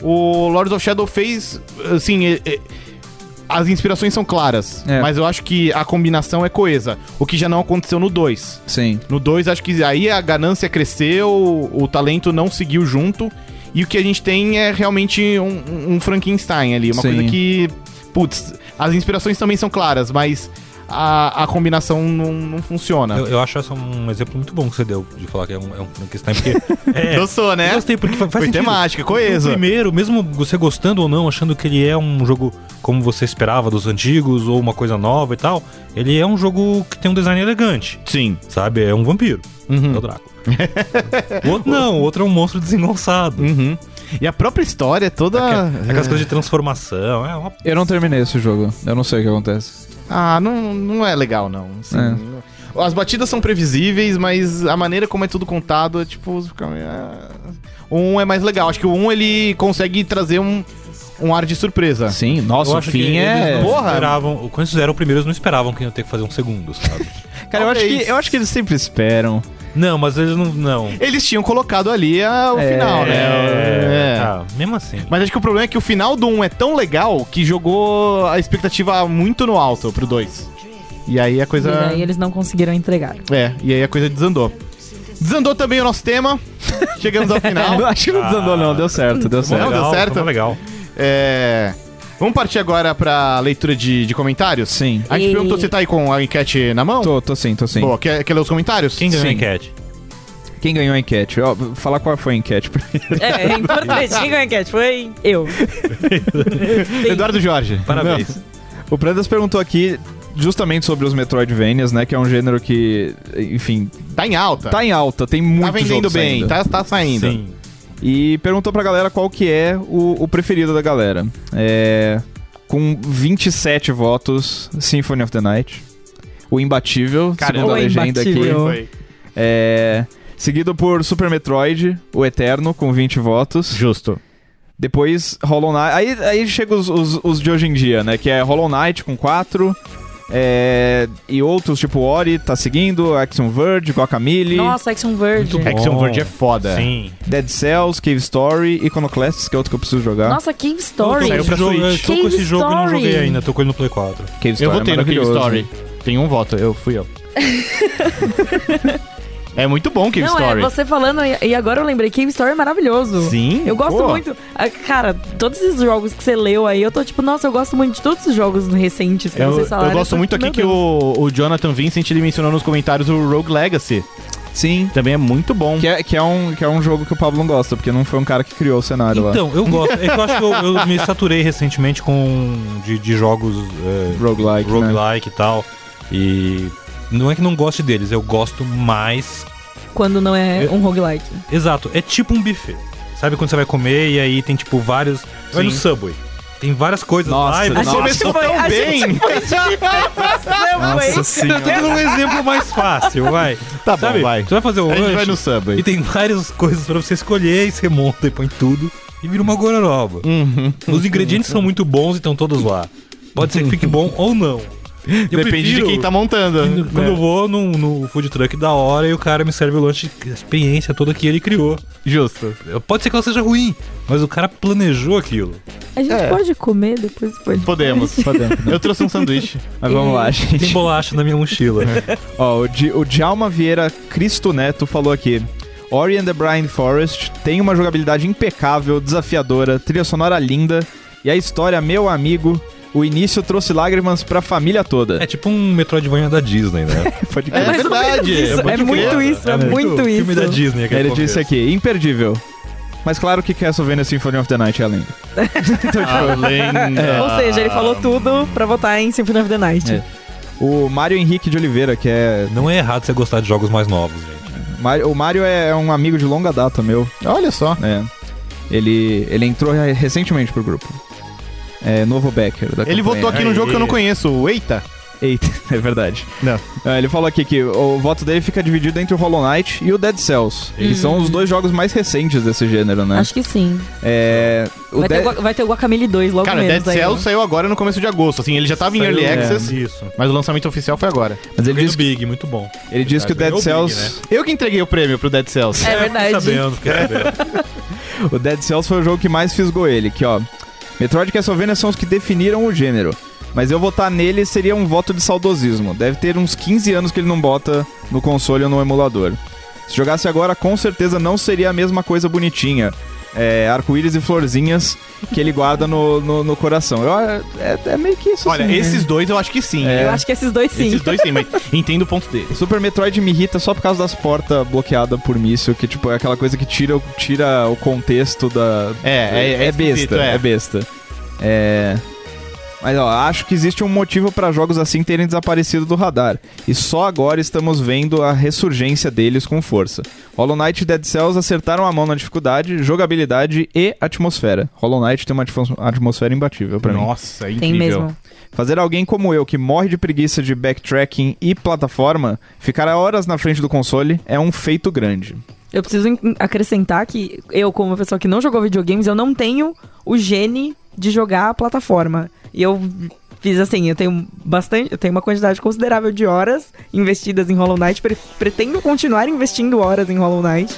A: o Lords of Shadow fez, assim... e- e- as inspirações são claras,
B: É.
A: mas eu acho que a combinação é coesa, o que já não aconteceu no 2.
B: Sim.
A: No 2, acho que aí a ganância cresceu, o talento não seguiu junto. E o que a gente tem é realmente um, um Frankenstein ali. Uma
B: Sim.
A: coisa que. Putz, as inspirações também são claras, mas a, a combinação não, não funciona.
C: Eu, eu acho esse um exemplo muito bom que você deu de falar que é um, é um Frankenstein, porque. é,
A: Gostou, né?
C: Eu gostei, porque fa- faz
A: Foi
C: sentido.
A: temática,
C: O
A: coesa.
C: primeiro, mesmo você gostando ou não, achando que ele é um jogo como você esperava dos antigos, ou uma coisa nova e tal, ele é um jogo que tem um design elegante,
A: Sim. Hum.
C: sabe? É um vampiro. É
A: Uhum.
C: o Drácula. o outro não, o outro é um monstro desengonçado.
A: Uhum. E a própria história é toda.
C: Aquelas coisas de transformação, é uma
B: Eu não terminei esse jogo. Eu não sei o que acontece.
A: Ah, não, não é legal, não. Assim,
B: É.
A: não- As batidas são previsíveis, mas a maneira como é tudo contado é tipo. fica meio, ah. O um é mais legal. Acho que o um ele consegue trazer um, um ar de surpresa.
B: Tá. Sim,
C: Eu
B: nossa, o
C: acho que
B: fim
C: eles
B: é.
C: não
A: Porra!
C: esperavam. Quando fizeram o primeiro, eles não esperavam que iam ter que fazer um segundo, sabe?
B: Cara, eu acho,
A: Talvez.
B: que, eu acho que eles sempre esperam.
C: não, mas eles não. Não.
A: Eles tinham colocado ali a- o
B: É,
A: final, né?
C: É,
A: É.
C: tá, mesmo assim.
A: Mas acho que o problema é que o final do 1 é tão legal que jogou a expectativa muito no alto pro 2. E aí a coisa.
D: E aí eles não conseguiram entregar.
A: É, e aí a coisa desandou. Desandou também o nosso tema. Chegamos ao
C: Ah.
A: final.
B: Eu acho que não desandou, não. Deu certo, deu certo.
A: Não, deu certo?
C: tá legal.
A: É. Vamos partir agora pra leitura de, de comentários?
B: Sim.
A: A gente
D: E-
A: perguntou se tá aí com a enquete na mão?
B: Tô, tô sim, tô sim.
A: Boa, quer, quer ler os comentários?
C: Quem ganhou a
B: Sim.
C: enquete?
B: Quem ganhou a enquete? Ó, vou falar qual foi a enquete primeiro.
D: É, é importante. Quem ganhou a enquete? Foi eu. Sim.
A: Eduardo Jorge.
C: Parabéns.
B: O Predas perguntou aqui justamente sobre os Metroidvanias, né? Que é um gênero que, enfim,
A: Tá em alta.
B: tá em alta, tem muito
A: Tá vendendo
B: jogo
A: bem,
B: saindo.
A: tá, tá saindo.
C: Sim.
B: E perguntou pra galera qual que é o, o preferido da galera. É, com 27 votos, Symphony of the Night. O Imbatível,
A: Cara,
B: segundo a
D: o
B: legenda
D: Imbatível.
B: aqui. É, seguido por Super Metroid, o Eterno, com 20 votos.
A: Justo.
B: Depois Hollow Knight. Aí, aí chega os, os, os de hoje em dia, né? Que é Hollow Knight com 4. e outros, tipo Ori, tá seguindo, Action Verge, Guacamole,
D: Nossa, Action Verge.
C: Muito bom.
A: Action Verde é foda.
C: Sim.
B: Dead Cells, Cave Story, Iconoclasts, que é outro que eu preciso jogar.
D: Nossa, King Story.
A: Saiu
C: Eu tô com
A: pra
C: esse jogo,
A: Switch.
C: eu tô com esse
D: Cave
C: jogo e não
D: Story.
C: joguei ainda, tô com ele no Play 4.
B: Cave
A: Eu
B: Story
A: votei
B: é
A: no Cave
B: maravilhoso.
A: Story. Tem um voto, eu fui eu. é muito bom o Cave
D: Não,
A: Story.
D: é você falando, e- e agora eu lembrei, Cave Story é maravilhoso.
A: Sim.
D: Eu gosto
A: pô.
D: muito. Ah, Cara, todos esses jogos que você leu aí, eu tô tipo, nossa, eu gosto muito de todos os jogos recentes que
A: Eu,
D: vocês falaram.
A: eu gosto
D: tô,
A: muito aqui
D: meu
A: que
D: Deus.
A: o, o Jonathan Vincent ele mencionou nos comentários o Rogue Legacy.
B: Sim.
A: Também é muito bom.
B: Que é, que, é um, que é um jogo que o Pablo não gosta, porque não foi um cara que criou o cenário lá.
C: Então, eu gosto. É que eu acho que eu, eu me saturei recentemente com um de, de jogos é,
B: Roguelike. né?
C: roguelike e tal. E não é que não goste deles, eu gosto mais.
D: Quando não é
C: Eu-
D: um roguelike.
C: Exato, é tipo um buffet. Sabe quando você vai comer e aí tem tipo vários. Vai no
A: Sim.
C: Subway. Tem várias coisas lá.
B: Nossa,
C: e
B: A
C: você-
B: gente
A: começou
D: foi-
A: tão
D: a
A: bem.
D: gente foi
C: é
B: Nossa
C: Eu tô
B: senhora.
C: dando um exemplo mais fácil, vai.
A: Tá bom,
C: Sabe,
A: vai.
C: Você vai fazer o
A: A gente
C: Um lanche
A: vai no Subway.
C: e tem várias coisas pra você escolher e você monta e põe tudo e vira uma gororoba.
A: Uhum.
C: Os ingredientes são muito bons e estão todos lá. Pode ser que fique bom ou não. Eu
A: Depende de
C: prefiro
A: quem tá montando.
C: que no- Quando
A: É.
C: eu vou no, no food truck da hora e o cara me serve o lanche, a experiência toda que ele criou.
A: Justo.
C: Pode ser que ela seja ruim, mas o cara planejou aquilo.
D: A gente
A: É.
D: pode comer depois pode.
A: Podemos. Eu trouxe um sanduíche.
B: Mas vamos lá, gente.
C: Tem bolacha na minha mochila.
B: Ó, o, Di, o Djalma Vieira Cristo Neto falou aqui. Ori and the Blind Forest tem uma jogabilidade impecável, desafiadora, trilha sonora linda e a história, meu amigo, o início trouxe lágrimas pra família
C: É
B: toda.
C: tipo um Metroidvania da Disney, né?
B: Pode
A: É
B: crer.
D: mais ou menos
A: verdade.
D: isso.
A: É
D: É
A: muito
D: muito
A: criança.
D: isso, é muito
C: filme da
D: isso.
C: Disney. aquele
B: Ele disse
C: começo.
B: aqui, imperdível. Mas claro que Castlevania Symphony of the Night é lindo.
D: É. Ou
A: É.
D: seja, ele falou tudo pra votar em Symphony of the Night.
B: É. O Mário Henrique de Oliveira, que é...
C: Não é errado você gostar de jogos mais novos, gente.
B: Mari- O Mario é um amigo de longa data meu.
A: Olha só.
B: É. Ele, ele entrou re- recentemente pro grupo. É, novo Becker. Da
A: Ele
B: campanha.
A: votou aqui num
C: Aí.
A: jogo que eu não conheço, o Eita.
B: Eita, é verdade.
A: Não.
B: É, ele falou aqui que o voto dele fica dividido entre o Hollow Knight e o Dead Cells, que são os dois jogos mais recentes desse gênero, né?
D: Uhum. Acho que sim.
B: É, o
D: Vai,
B: Dead-
D: ter o, Gua- vai ter o Guacamele 2 logo
A: Cara,
D: menos
A: Dead
D: aí,
A: Cells
D: né?
A: saiu agora no começo de agosto. Assim, ele já tava em Early
C: Saiu-
A: Access,
C: é, Isso.
A: mas o lançamento oficial foi agora.
B: Mas ele
C: Ele
B: diz,
C: diz Big, muito bom.
B: ele diz que o Dead
C: Ganhou o Big,
B: Cells.
A: Eu que entreguei o prêmio pro Dead Cells.
D: É verdade.
C: Fiquei sabendo, fiquei sabendo.
B: O Dead Cells foi o jogo que mais fisgou ele, que ó. Metroid e Castlevania são os que definiram o gênero. Mas eu votar nele seria um voto de saudosismo. Deve ter uns 15 anos que ele não bota no console ou no emulador. Se jogasse agora, com certeza não seria a mesma coisa bonitinha. É, arco-íris e florzinhas que ele guarda no, no, no coração. Eu, é, é meio que isso.
A: Olha,
B: assim, né?
A: esses dois eu acho que sim.
B: É.
D: Eu acho que esses dois sim.
A: Esses dois é sim, mas entendo o ponto dele.
B: Super Metroid me irrita só por causa das portas bloqueadas por míssil, que tipo, é aquela coisa que tira, o- tira o contexto da,
A: É, é, é, esquisito,
B: besta, é. besta. É. Mas ó, acho que existe um motivo para jogos assim terem desaparecido do radar. E só agora estamos vendo a ressurgência deles com força. Hollow Knight e Dead Cells acertaram a mão na dificuldade, jogabilidade e atmosfera. Hollow Knight tem uma atmos- atmosfera imbatível pra mim.
A: Nossa, é
D: Tem
A: incrível.
D: mesmo.
B: Fazer alguém como eu, que morre de preguiça de backtracking e plataforma, ficar horas na frente do console é um feito grande.
D: Eu preciso in- acrescentar que eu, como uma pessoa que não jogou videogames, eu não tenho o gene de jogar a plataforma. E eu fiz assim, eu tenho bastante, eu tenho uma quantidade considerável de horas investidas em Hollow Knight, pre- pretendo continuar investindo horas em Hollow Knight.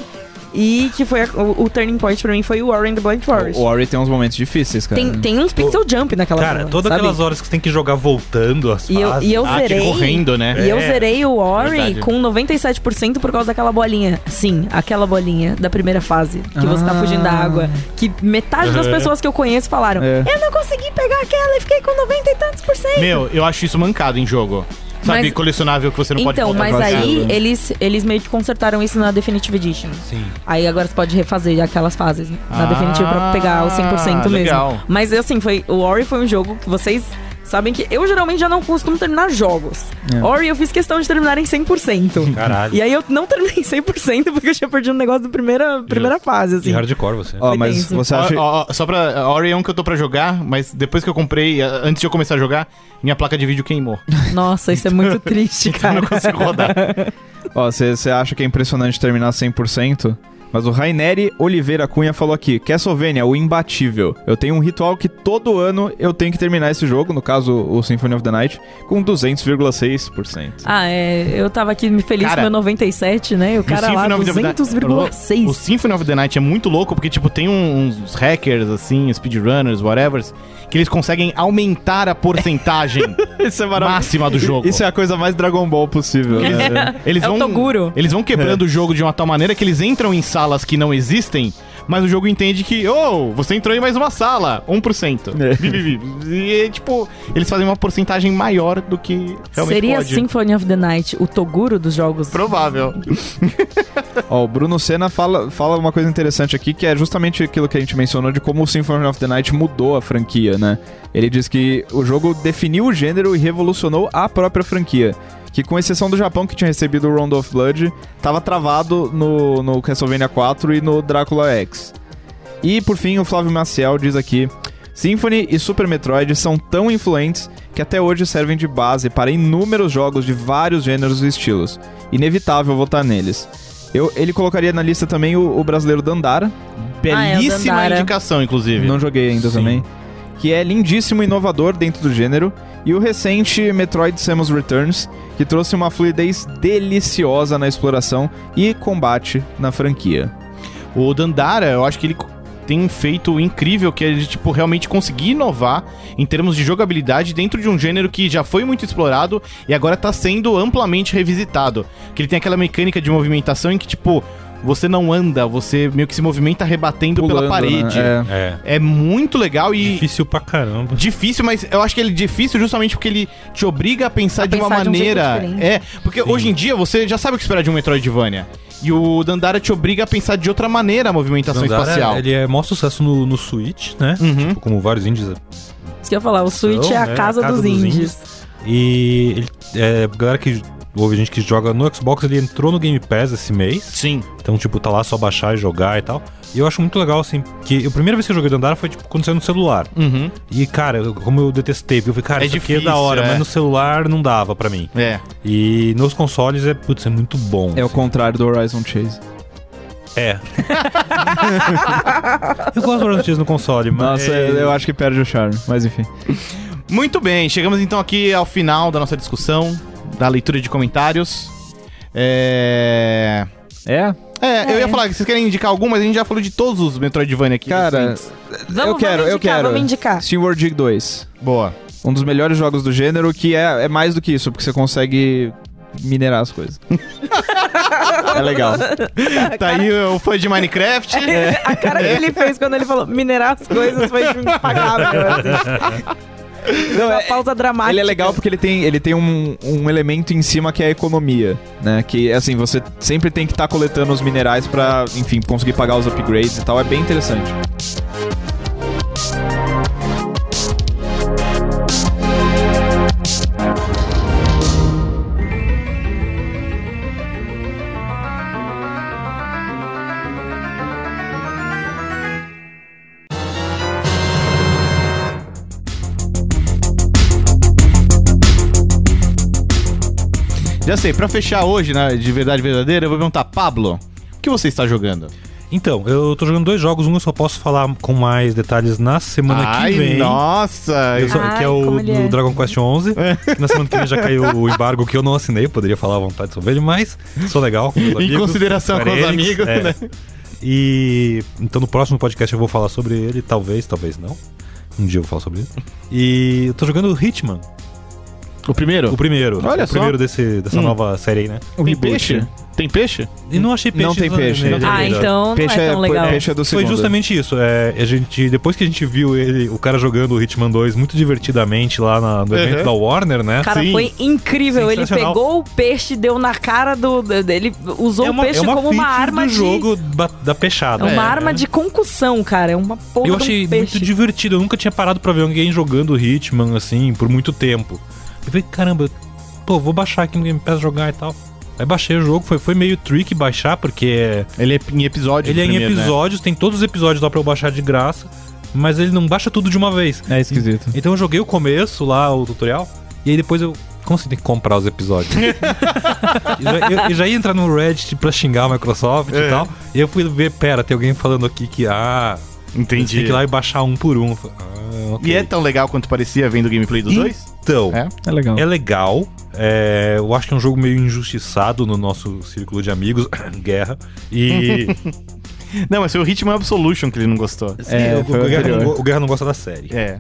D: E que foi a- o, o turning point pra mim foi o Warren the Blind Forest.
B: O Ori tem uns momentos difíceis, cara.
D: Tem, tem uns pixel jump naquela
C: Cara,
D: zona,
C: todas
D: sabe?
C: aquelas horas que você tem que jogar voltando as
D: E eu,
C: fases.
D: e eu
A: Ah, que
D: zerei.
A: correndo, né?
D: E eu
C: É.
D: zerei o Ori
A: Verdade.
D: com 97% por causa daquela bolinha. Sim, aquela bolinha da primeira fase, que você tá
B: Ah.
D: fugindo da água. Que metade das
C: Uhum.
D: pessoas que eu conheço falaram:
B: É.
D: Eu não consegui pegar aquela e fiquei com 90 e tantos por cento.
A: Meu, eu acho isso mancado em jogo. Sabe,
D: Mas-
A: colecionável que você não pode
D: Então,
A: voltar
D: mas
A: pra né?
D: aí
A: jogo.
D: eles, eles meio que consertaram isso na Definitive Edition.
C: Sim.
D: Aí agora você pode refazer aquelas fases né, na
A: Ah,
D: definitiva pra pegar o 100% mesmo.
A: legal.
D: Mas assim, foi, o Ori foi um jogo que vocês sabem que eu geralmente já não costumo terminar jogos.
B: É.
D: Ori eu fiz questão de terminar em 100%.
C: Caralho.
D: E aí eu não terminei 100% porque eu tinha perdido um negócio da primeira, primeira fase, assim.
C: E hardcore você.
B: Ó,
D: Foi
B: mas
D: tenso.
B: você acha.
A: Ó, ó, só pra. Ori é um que eu tô pra jogar, mas depois que eu comprei, a- antes de eu começar a jogar, minha placa de vídeo queimou.
D: Nossa, isso é muito triste,
A: Eu
D: cara.
A: não consigo rodar.
B: Ó, você acha que é impressionante terminar 100%? Mas o Raineri Oliveira Cunha falou aqui: Castlevania, o imbatível. Eu tenho um ritual que todo ano eu tenho que terminar esse jogo, no caso o Symphony of the Night, com 200,6%.
D: Ah, é, eu tava aqui me feliz
A: Cara,
D: com meu 97, né? E o cara lá,
A: Symphony of the Night- O
D: 200,6.
A: Symphony of the Night é muito louco porque, tipo, tem um- uns hackers, assim, speedrunners, whatever, que eles conseguem aumentar a porcentagem
B: Isso é
A: máxima do jogo.
B: Isso é a coisa mais Dragon Ball possível. Né?
A: Eles
D: É o
A: vão,
D: Toguro.
A: Eles vão quebrando o jogo de uma tal maneira que eles entram em salas que não existem, mas o jogo entende que, oh, você entrou em mais uma sala, 1%.
B: É.
A: Vi, vi, vi. E, tipo, eles fazem uma porcentagem maior do que realmente
D: Seria assim?
A: pode.
D: Symphony of the Night o Toguro dos jogos?
A: Provável.
B: Ó, o Bruno Senna fala, fala uma coisa interessante aqui, que é justamente aquilo que a gente mencionou de como o Symphony of the Night mudou a franquia, né? Ele diz que o jogo definiu o gênero e revolucionou a própria franquia. Que com exceção do Japão, que tinha recebido o Round of Blood, tava travado no, no Castlevania 4 e no Drácula X. E por fim, o Flávio Maciel diz aqui: Symphony e Super Metroid são tão influentes que até hoje servem de base para inúmeros jogos de vários gêneros e estilos. Inevitável votar neles. Eu, ele colocaria na lista também o, o brasileiro Dandara,
A: Belíssima
D: Dandara.
A: indicação, inclusive.
B: não joguei ainda
C: Sim.
B: também, que é lindíssimo e inovador dentro do gênero, e o recente Metroid Samus Returns, que trouxe uma fluidez deliciosa na exploração e combate na franquia.
A: O Dandara, eu acho que ele tem um feito incrível que é de, tipo, realmente conseguir inovar em termos de jogabilidade dentro de um gênero que já foi muito explorado e agora tá sendo amplamente revisitado. Que ele tem aquela mecânica de movimentação em que, tipo, você não anda, você meio que se movimenta rebatendo pela
B: Pulando, né?
A: parede.
B: É.
C: É.
A: É muito legal e difícil.
C: Difícil pra caramba.
A: mas eu acho que ele é difícil justamente porque ele te obriga a pensar
D: A
A: de uma
D: pensar de um jeito
A: maneira.
D: diferente.
A: é, porque hoje em dia você já sabe o que esperar de um Metroidvania. E o Dandara te obriga a pensar de outra maneira a movimentação
C: Dandara,
A: espacial.
C: Ele é maior sucesso no, no Switch, né?
A: Uhum.
C: Tipo, como vários indies.
D: Isso que eu ia falar, o Switch
C: Então,
D: é a
C: né,
D: casa, dos, indies.
C: E ele, é, a galera que houve gente que joga no Xbox, ele entrou no Game Pass esse mês.
A: Sim.
C: Então, tipo, tá lá só baixar e jogar e tal. E eu acho muito legal, assim, que a primeira vez que eu joguei Dandara foi, tipo, quando saiu no celular.
A: Uhum.
C: E, cara, eu- como eu detestei, porque eu falei, cara,
A: É
C: isso aqui é da
A: difícil,
C: hora,
A: é.
C: mas no celular não dava pra mim.
A: É.
C: E nos consoles é, putz, é muito bom.
B: É o
C: assim.
B: contrário do Horizon Chase.
C: É. eu gosto do Horizon Chase no console, mas...
B: Nossa, eu acho que perde o charme, mas enfim.
A: Muito bem, chegamos então aqui ao final da nossa discussão, da leitura de comentários. É.
B: É?
A: É, eu
D: É.
A: ia falar que vocês querem indicar algum, mas a gente já falou de todos os Metroidvania aqui. né?
B: Cara,
A: Sim.
D: Vamos,
B: eu quero,
D: vamos indicar,
B: eu quero.
D: vamos indicar.
B: SteamWorld Dig 2.
A: Boa.
B: Um dos melhores jogos do gênero, que é, é mais do que isso, porque você consegue minerar as coisas. é legal.
A: Tá aí o fã de Minecraft.
D: A cara que ele fez quando ele falou minerar as coisas foi impagável. assim.
B: Não,
D: Uma
B: é-
D: pausa dramática.
B: Ele é legal porque ele tem, ele tem um, um elemento em cima que é a economia, né? Que, assim, você sempre tem que estar coletando os minerais pra, enfim, conseguir pagar os upgrades e tal. É bem interessante.
A: Já sei, pra fechar hoje, né, de verdade verdadeira, eu vou perguntar, Pablo, o que você está jogando?
C: Então, eu tô jogando dois jogos, um eu só posso falar com mais detalhes na semana
A: Ai,
C: que vem.
A: nossa!
C: Eu só-
D: Ai,
C: que é o
D: como ele
C: do
D: é.
C: Dragon Quest 11. Que na semana que vem já caiu o embargo que eu não assinei, poderia falar à vontade sobre ele, mas sou legal com meus
A: Em
C: amigos.
A: consideração com os
C: parentes,
A: amigos,
C: é.
A: né?
C: E então no próximo podcast eu vou falar sobre ele, talvez, talvez não. Um dia eu vou falar sobre ele. E eu tô jogando o Hitman,
A: O primeiro?
C: o primeiro.
A: Olha
C: o
A: só.
C: primeiro desse, dessa
A: Hum.
C: nova série aí, né?
B: O
A: Tem peixe? Tem peixe?
C: E não achei peixe.
B: Não tem peixe.
C: nele.
D: Ah, então
B: Peixe
D: não é tão legal.
B: peixe é do
C: Foi
B: segundo.
C: justamente isso. É, a gente, depois que a gente viu ele, o cara jogando o Hitman 2 muito divertidamente lá na- no evento
A: Uhum.
C: da Warner, né?
D: Cara,
A: Sim.
D: foi incrível. Ele
C: Sensacional.
D: pegou o peixe, deu na cara do. do- Ele
C: É
D: usou o peixe como uma
C: feature
D: arma
C: do
D: de.
C: jogo ba- da
D: É
C: peixada.
D: uma
A: É.
D: arma de concussão, cara. É uma porra
C: Eu
D: de um
C: achei
D: peixe.
C: muito divertido. Eu nunca tinha parado pra ver alguém jogando Hitman assim por muito tempo. Eu falei, caramba, pô, vou baixar aqui no Game Pass jogar e tal. Aí baixei o jogo, foi, foi meio tricky baixar, porque
A: Ele é em episódio.
C: ele é em
A: primeiro, né?
C: episódios, tem todos os episódios lá pra eu baixar de graça, mas ele não baixa tudo de uma vez.
B: É esquisito.
C: Então eu joguei o começo lá, o tutorial, e aí depois eu. Como assim tem que comprar os episódios? E já- eu, eu já ia entrar no Reddit pra xingar a Microsoft e tal. E eu fui ver, pera, tem alguém falando aqui que, ah,
A: Entendi.
C: tem que ir lá e baixar um por um. Eu falei, Ah, ok.
A: E é tão legal quanto parecia vendo o gameplay dos dois?
C: Então,
A: É?
B: É legal.
C: é legal. é, eu acho que é um jogo meio injustiçado no nosso círculo de amigos, guerra. E.
A: Não, mas foi o Hitman Absolution que ele não gostou.
B: É,
C: o,
B: foi o
C: o guerra não,
B: anterior.
C: go- o Guerra não gosta da série.
A: É.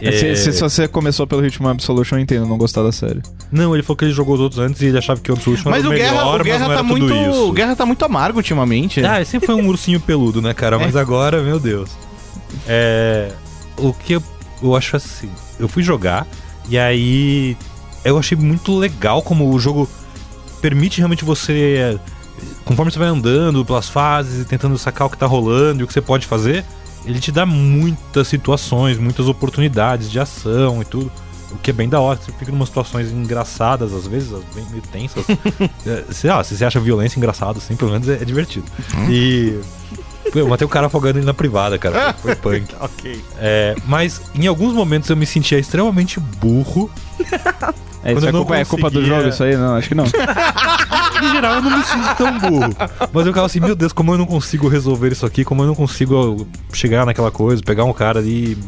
B: É, Se, se- se você começou pelo Hitman Absolution, eu entendo não gostar da série.
C: Não, ele falou que ele jogou os outros antes e ele achava que o Absolution
A: Mas
C: era
A: o
C: o melhor,
A: Guerra, o Guerra
C: mas não
A: tá
C: era tudo
A: muito.
C: isso.
A: O Guerra tá muito amargo ultimamente.
C: Ah, ele sempre foi um ursinho peludo, né, cara? Mas agora, meu Deus. É. O que eu, eu acho assim. Eu fui jogar e aí. Eu achei muito legal como o jogo permite realmente você. é, Conforme você vai andando pelas fases e tentando sacar o que tá rolando e o que você pode fazer, ele te dá muitas situações, muitas oportunidades de ação e tudo. O que é bem da hora, você fica em umas situações engraçadas, às vezes, bem meio tensas. É, sei lá, se você acha violência engraçado, assim, pelo menos é, é divertido. E. Pô, eu matei o cara afogando ele na privada, cara. Foi foi punk.
A: ok.
C: É, mas em alguns momentos eu me sentia extremamente burro.
B: É,
C: Quando
B: isso
C: eu
B: é,
C: não
B: culpa, é culpa do
C: conseguia-
B: jogo isso aí? Não, acho que não.
C: Em geral, eu não me sinto tão burro. Mas eu ficava assim, meu Deus, como eu não consigo resolver isso aqui, como eu não consigo chegar naquela coisa, pegar um cara ali e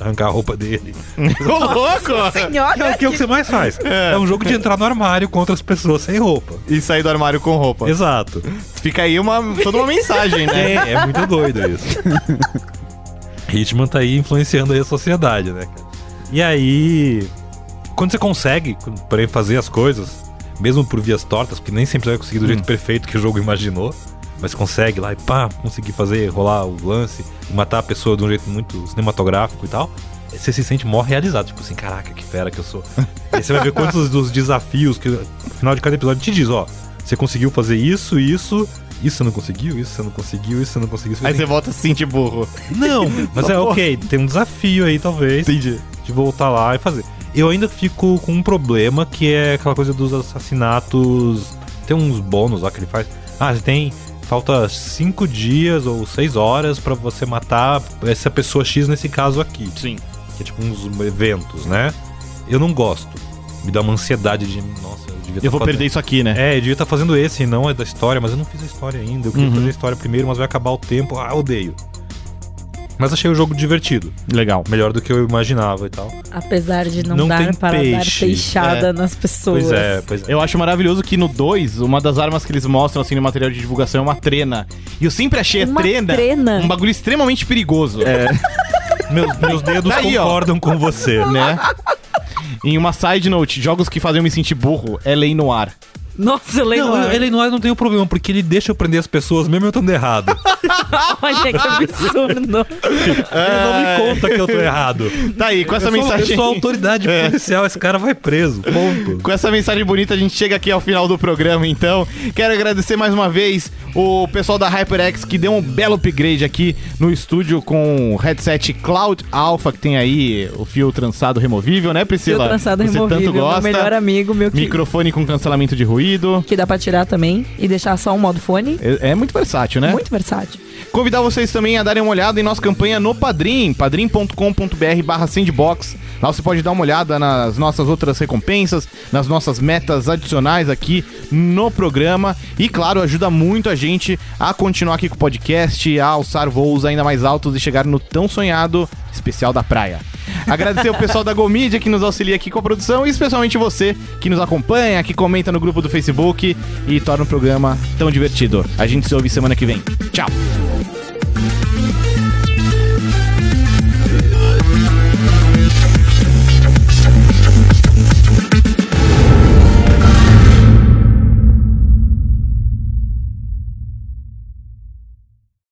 C: arrancar a roupa dele.
A: Ô, louco!
C: Que é
D: Senhora,
C: o que, é o que você mais faz. É um jogo de entrar no armário contra as pessoas sem roupa.
A: E sair do armário com roupa.
C: Exato.
A: Fica aí uma, toda uma mensagem, né?
C: É, é muito doido isso. Hitman tá aí influenciando aí a sociedade, né, cara? E aí, quando você consegue para fazer as coisas, mesmo por vias tortas, porque nem sempre você vai conseguir do jeito perfeito que o jogo imaginou, mas consegue lá e pá, conseguir fazer rolar o lance, matar a pessoa de um jeito muito cinematográfico e tal, você se sente mó realizado, tipo assim, caraca, que fera que eu sou. e aí você vai ver quantos dos desafios que no final de cada episódio te diz, ó, você conseguiu fazer isso, isso, isso você não conseguiu, isso você não conseguiu, isso você não conseguiu. Isso
A: assim Aí você volta a se sentir burro.
C: é, Não, mas é ok, tem um desafio aí talvez.
A: Entendi.
C: de voltar lá e fazer. Eu ainda fico com um problema que é aquela coisa dos assassinatos. Tem uns bônus lá que ele faz. Ah, você tem. Falta 5 dias ou 6 horas pra você matar essa pessoa X nesse caso aqui.
A: Sim.
C: Que é tipo uns eventos, né? Eu não gosto. Me dá uma ansiedade de. Nossa, eu devia tá
A: Eu vou
C: fazendo.
A: perder isso aqui, né?
C: É, eu devia estar fazendo esse, não é da história, mas eu não fiz a história ainda. Eu queria
A: Uhum.
C: fazer a história primeiro, mas vai acabar o tempo. Ah, odeio. Mas achei o jogo divertido.
A: Legal.
C: Melhor do que eu imaginava e tal.
D: Apesar de não,
C: Não tem
D: dar para
C: peixe.
D: dar peixada nas pessoas.
C: Pois é, pois é.
A: Eu acho maravilhoso que no 2, uma das armas que eles mostram assim no material de divulgação é uma trena. E eu sempre achei
D: Uma
A: a trena,
D: trena.
A: um bagulho extremamente perigoso,
C: Meus, meus dedos
A: Daí, ó.
C: concordam com você.
A: né? Em uma side note, jogos que fazem eu me sentir burro é lei no ar.
D: Nossa, eu leio.
C: Não, é-
D: agora.
C: ele não, não tem o problema, porque ele deixa eu prender as pessoas mesmo eu estando errado.
D: Olha que absurdo.
C: É. Ele não me conta que eu tô errado.
A: Tá aí, com essa
C: eu, sou, eu
A: mensagem.
C: sou autoridade policial, esse cara vai preso. Ponto.
A: Com essa mensagem bonita, a gente chega aqui ao final do programa, então. Quero agradecer mais uma vez o pessoal da HyperX que deu um belo upgrade aqui no estúdio com o headset Cloud Alpha, que tem aí o fio trançado removível, né,
D: Fio
A: Priscila?
D: trançado
A: Você
D: removível,
A: tanto gosta.
D: meu melhor amigo, meu que,
A: Microfone com cancelamento de ruído.
D: que dá pra tirar também e deixar só um modo fone.
A: É, é muito versátil, né?
D: Muito versátil.
A: Convidar vocês também a darem uma olhada em nossa campanha no Padrim, padrim.com.br barra sandbox. Lá você pode dar uma olhada nas nossas outras recompensas, nas nossas metas adicionais aqui no programa. E claro, ajuda muito a gente a continuar aqui com o podcast, a alçar voos ainda mais altos e chegar no tão sonhado especial da praia. Agradecer o pessoal da GoMedia que nos auxilia aqui com a produção e especialmente você que nos acompanha, que comenta no grupo do Facebook e torna o programa tão divertido. A gente se ouve semana que vem. Tchau!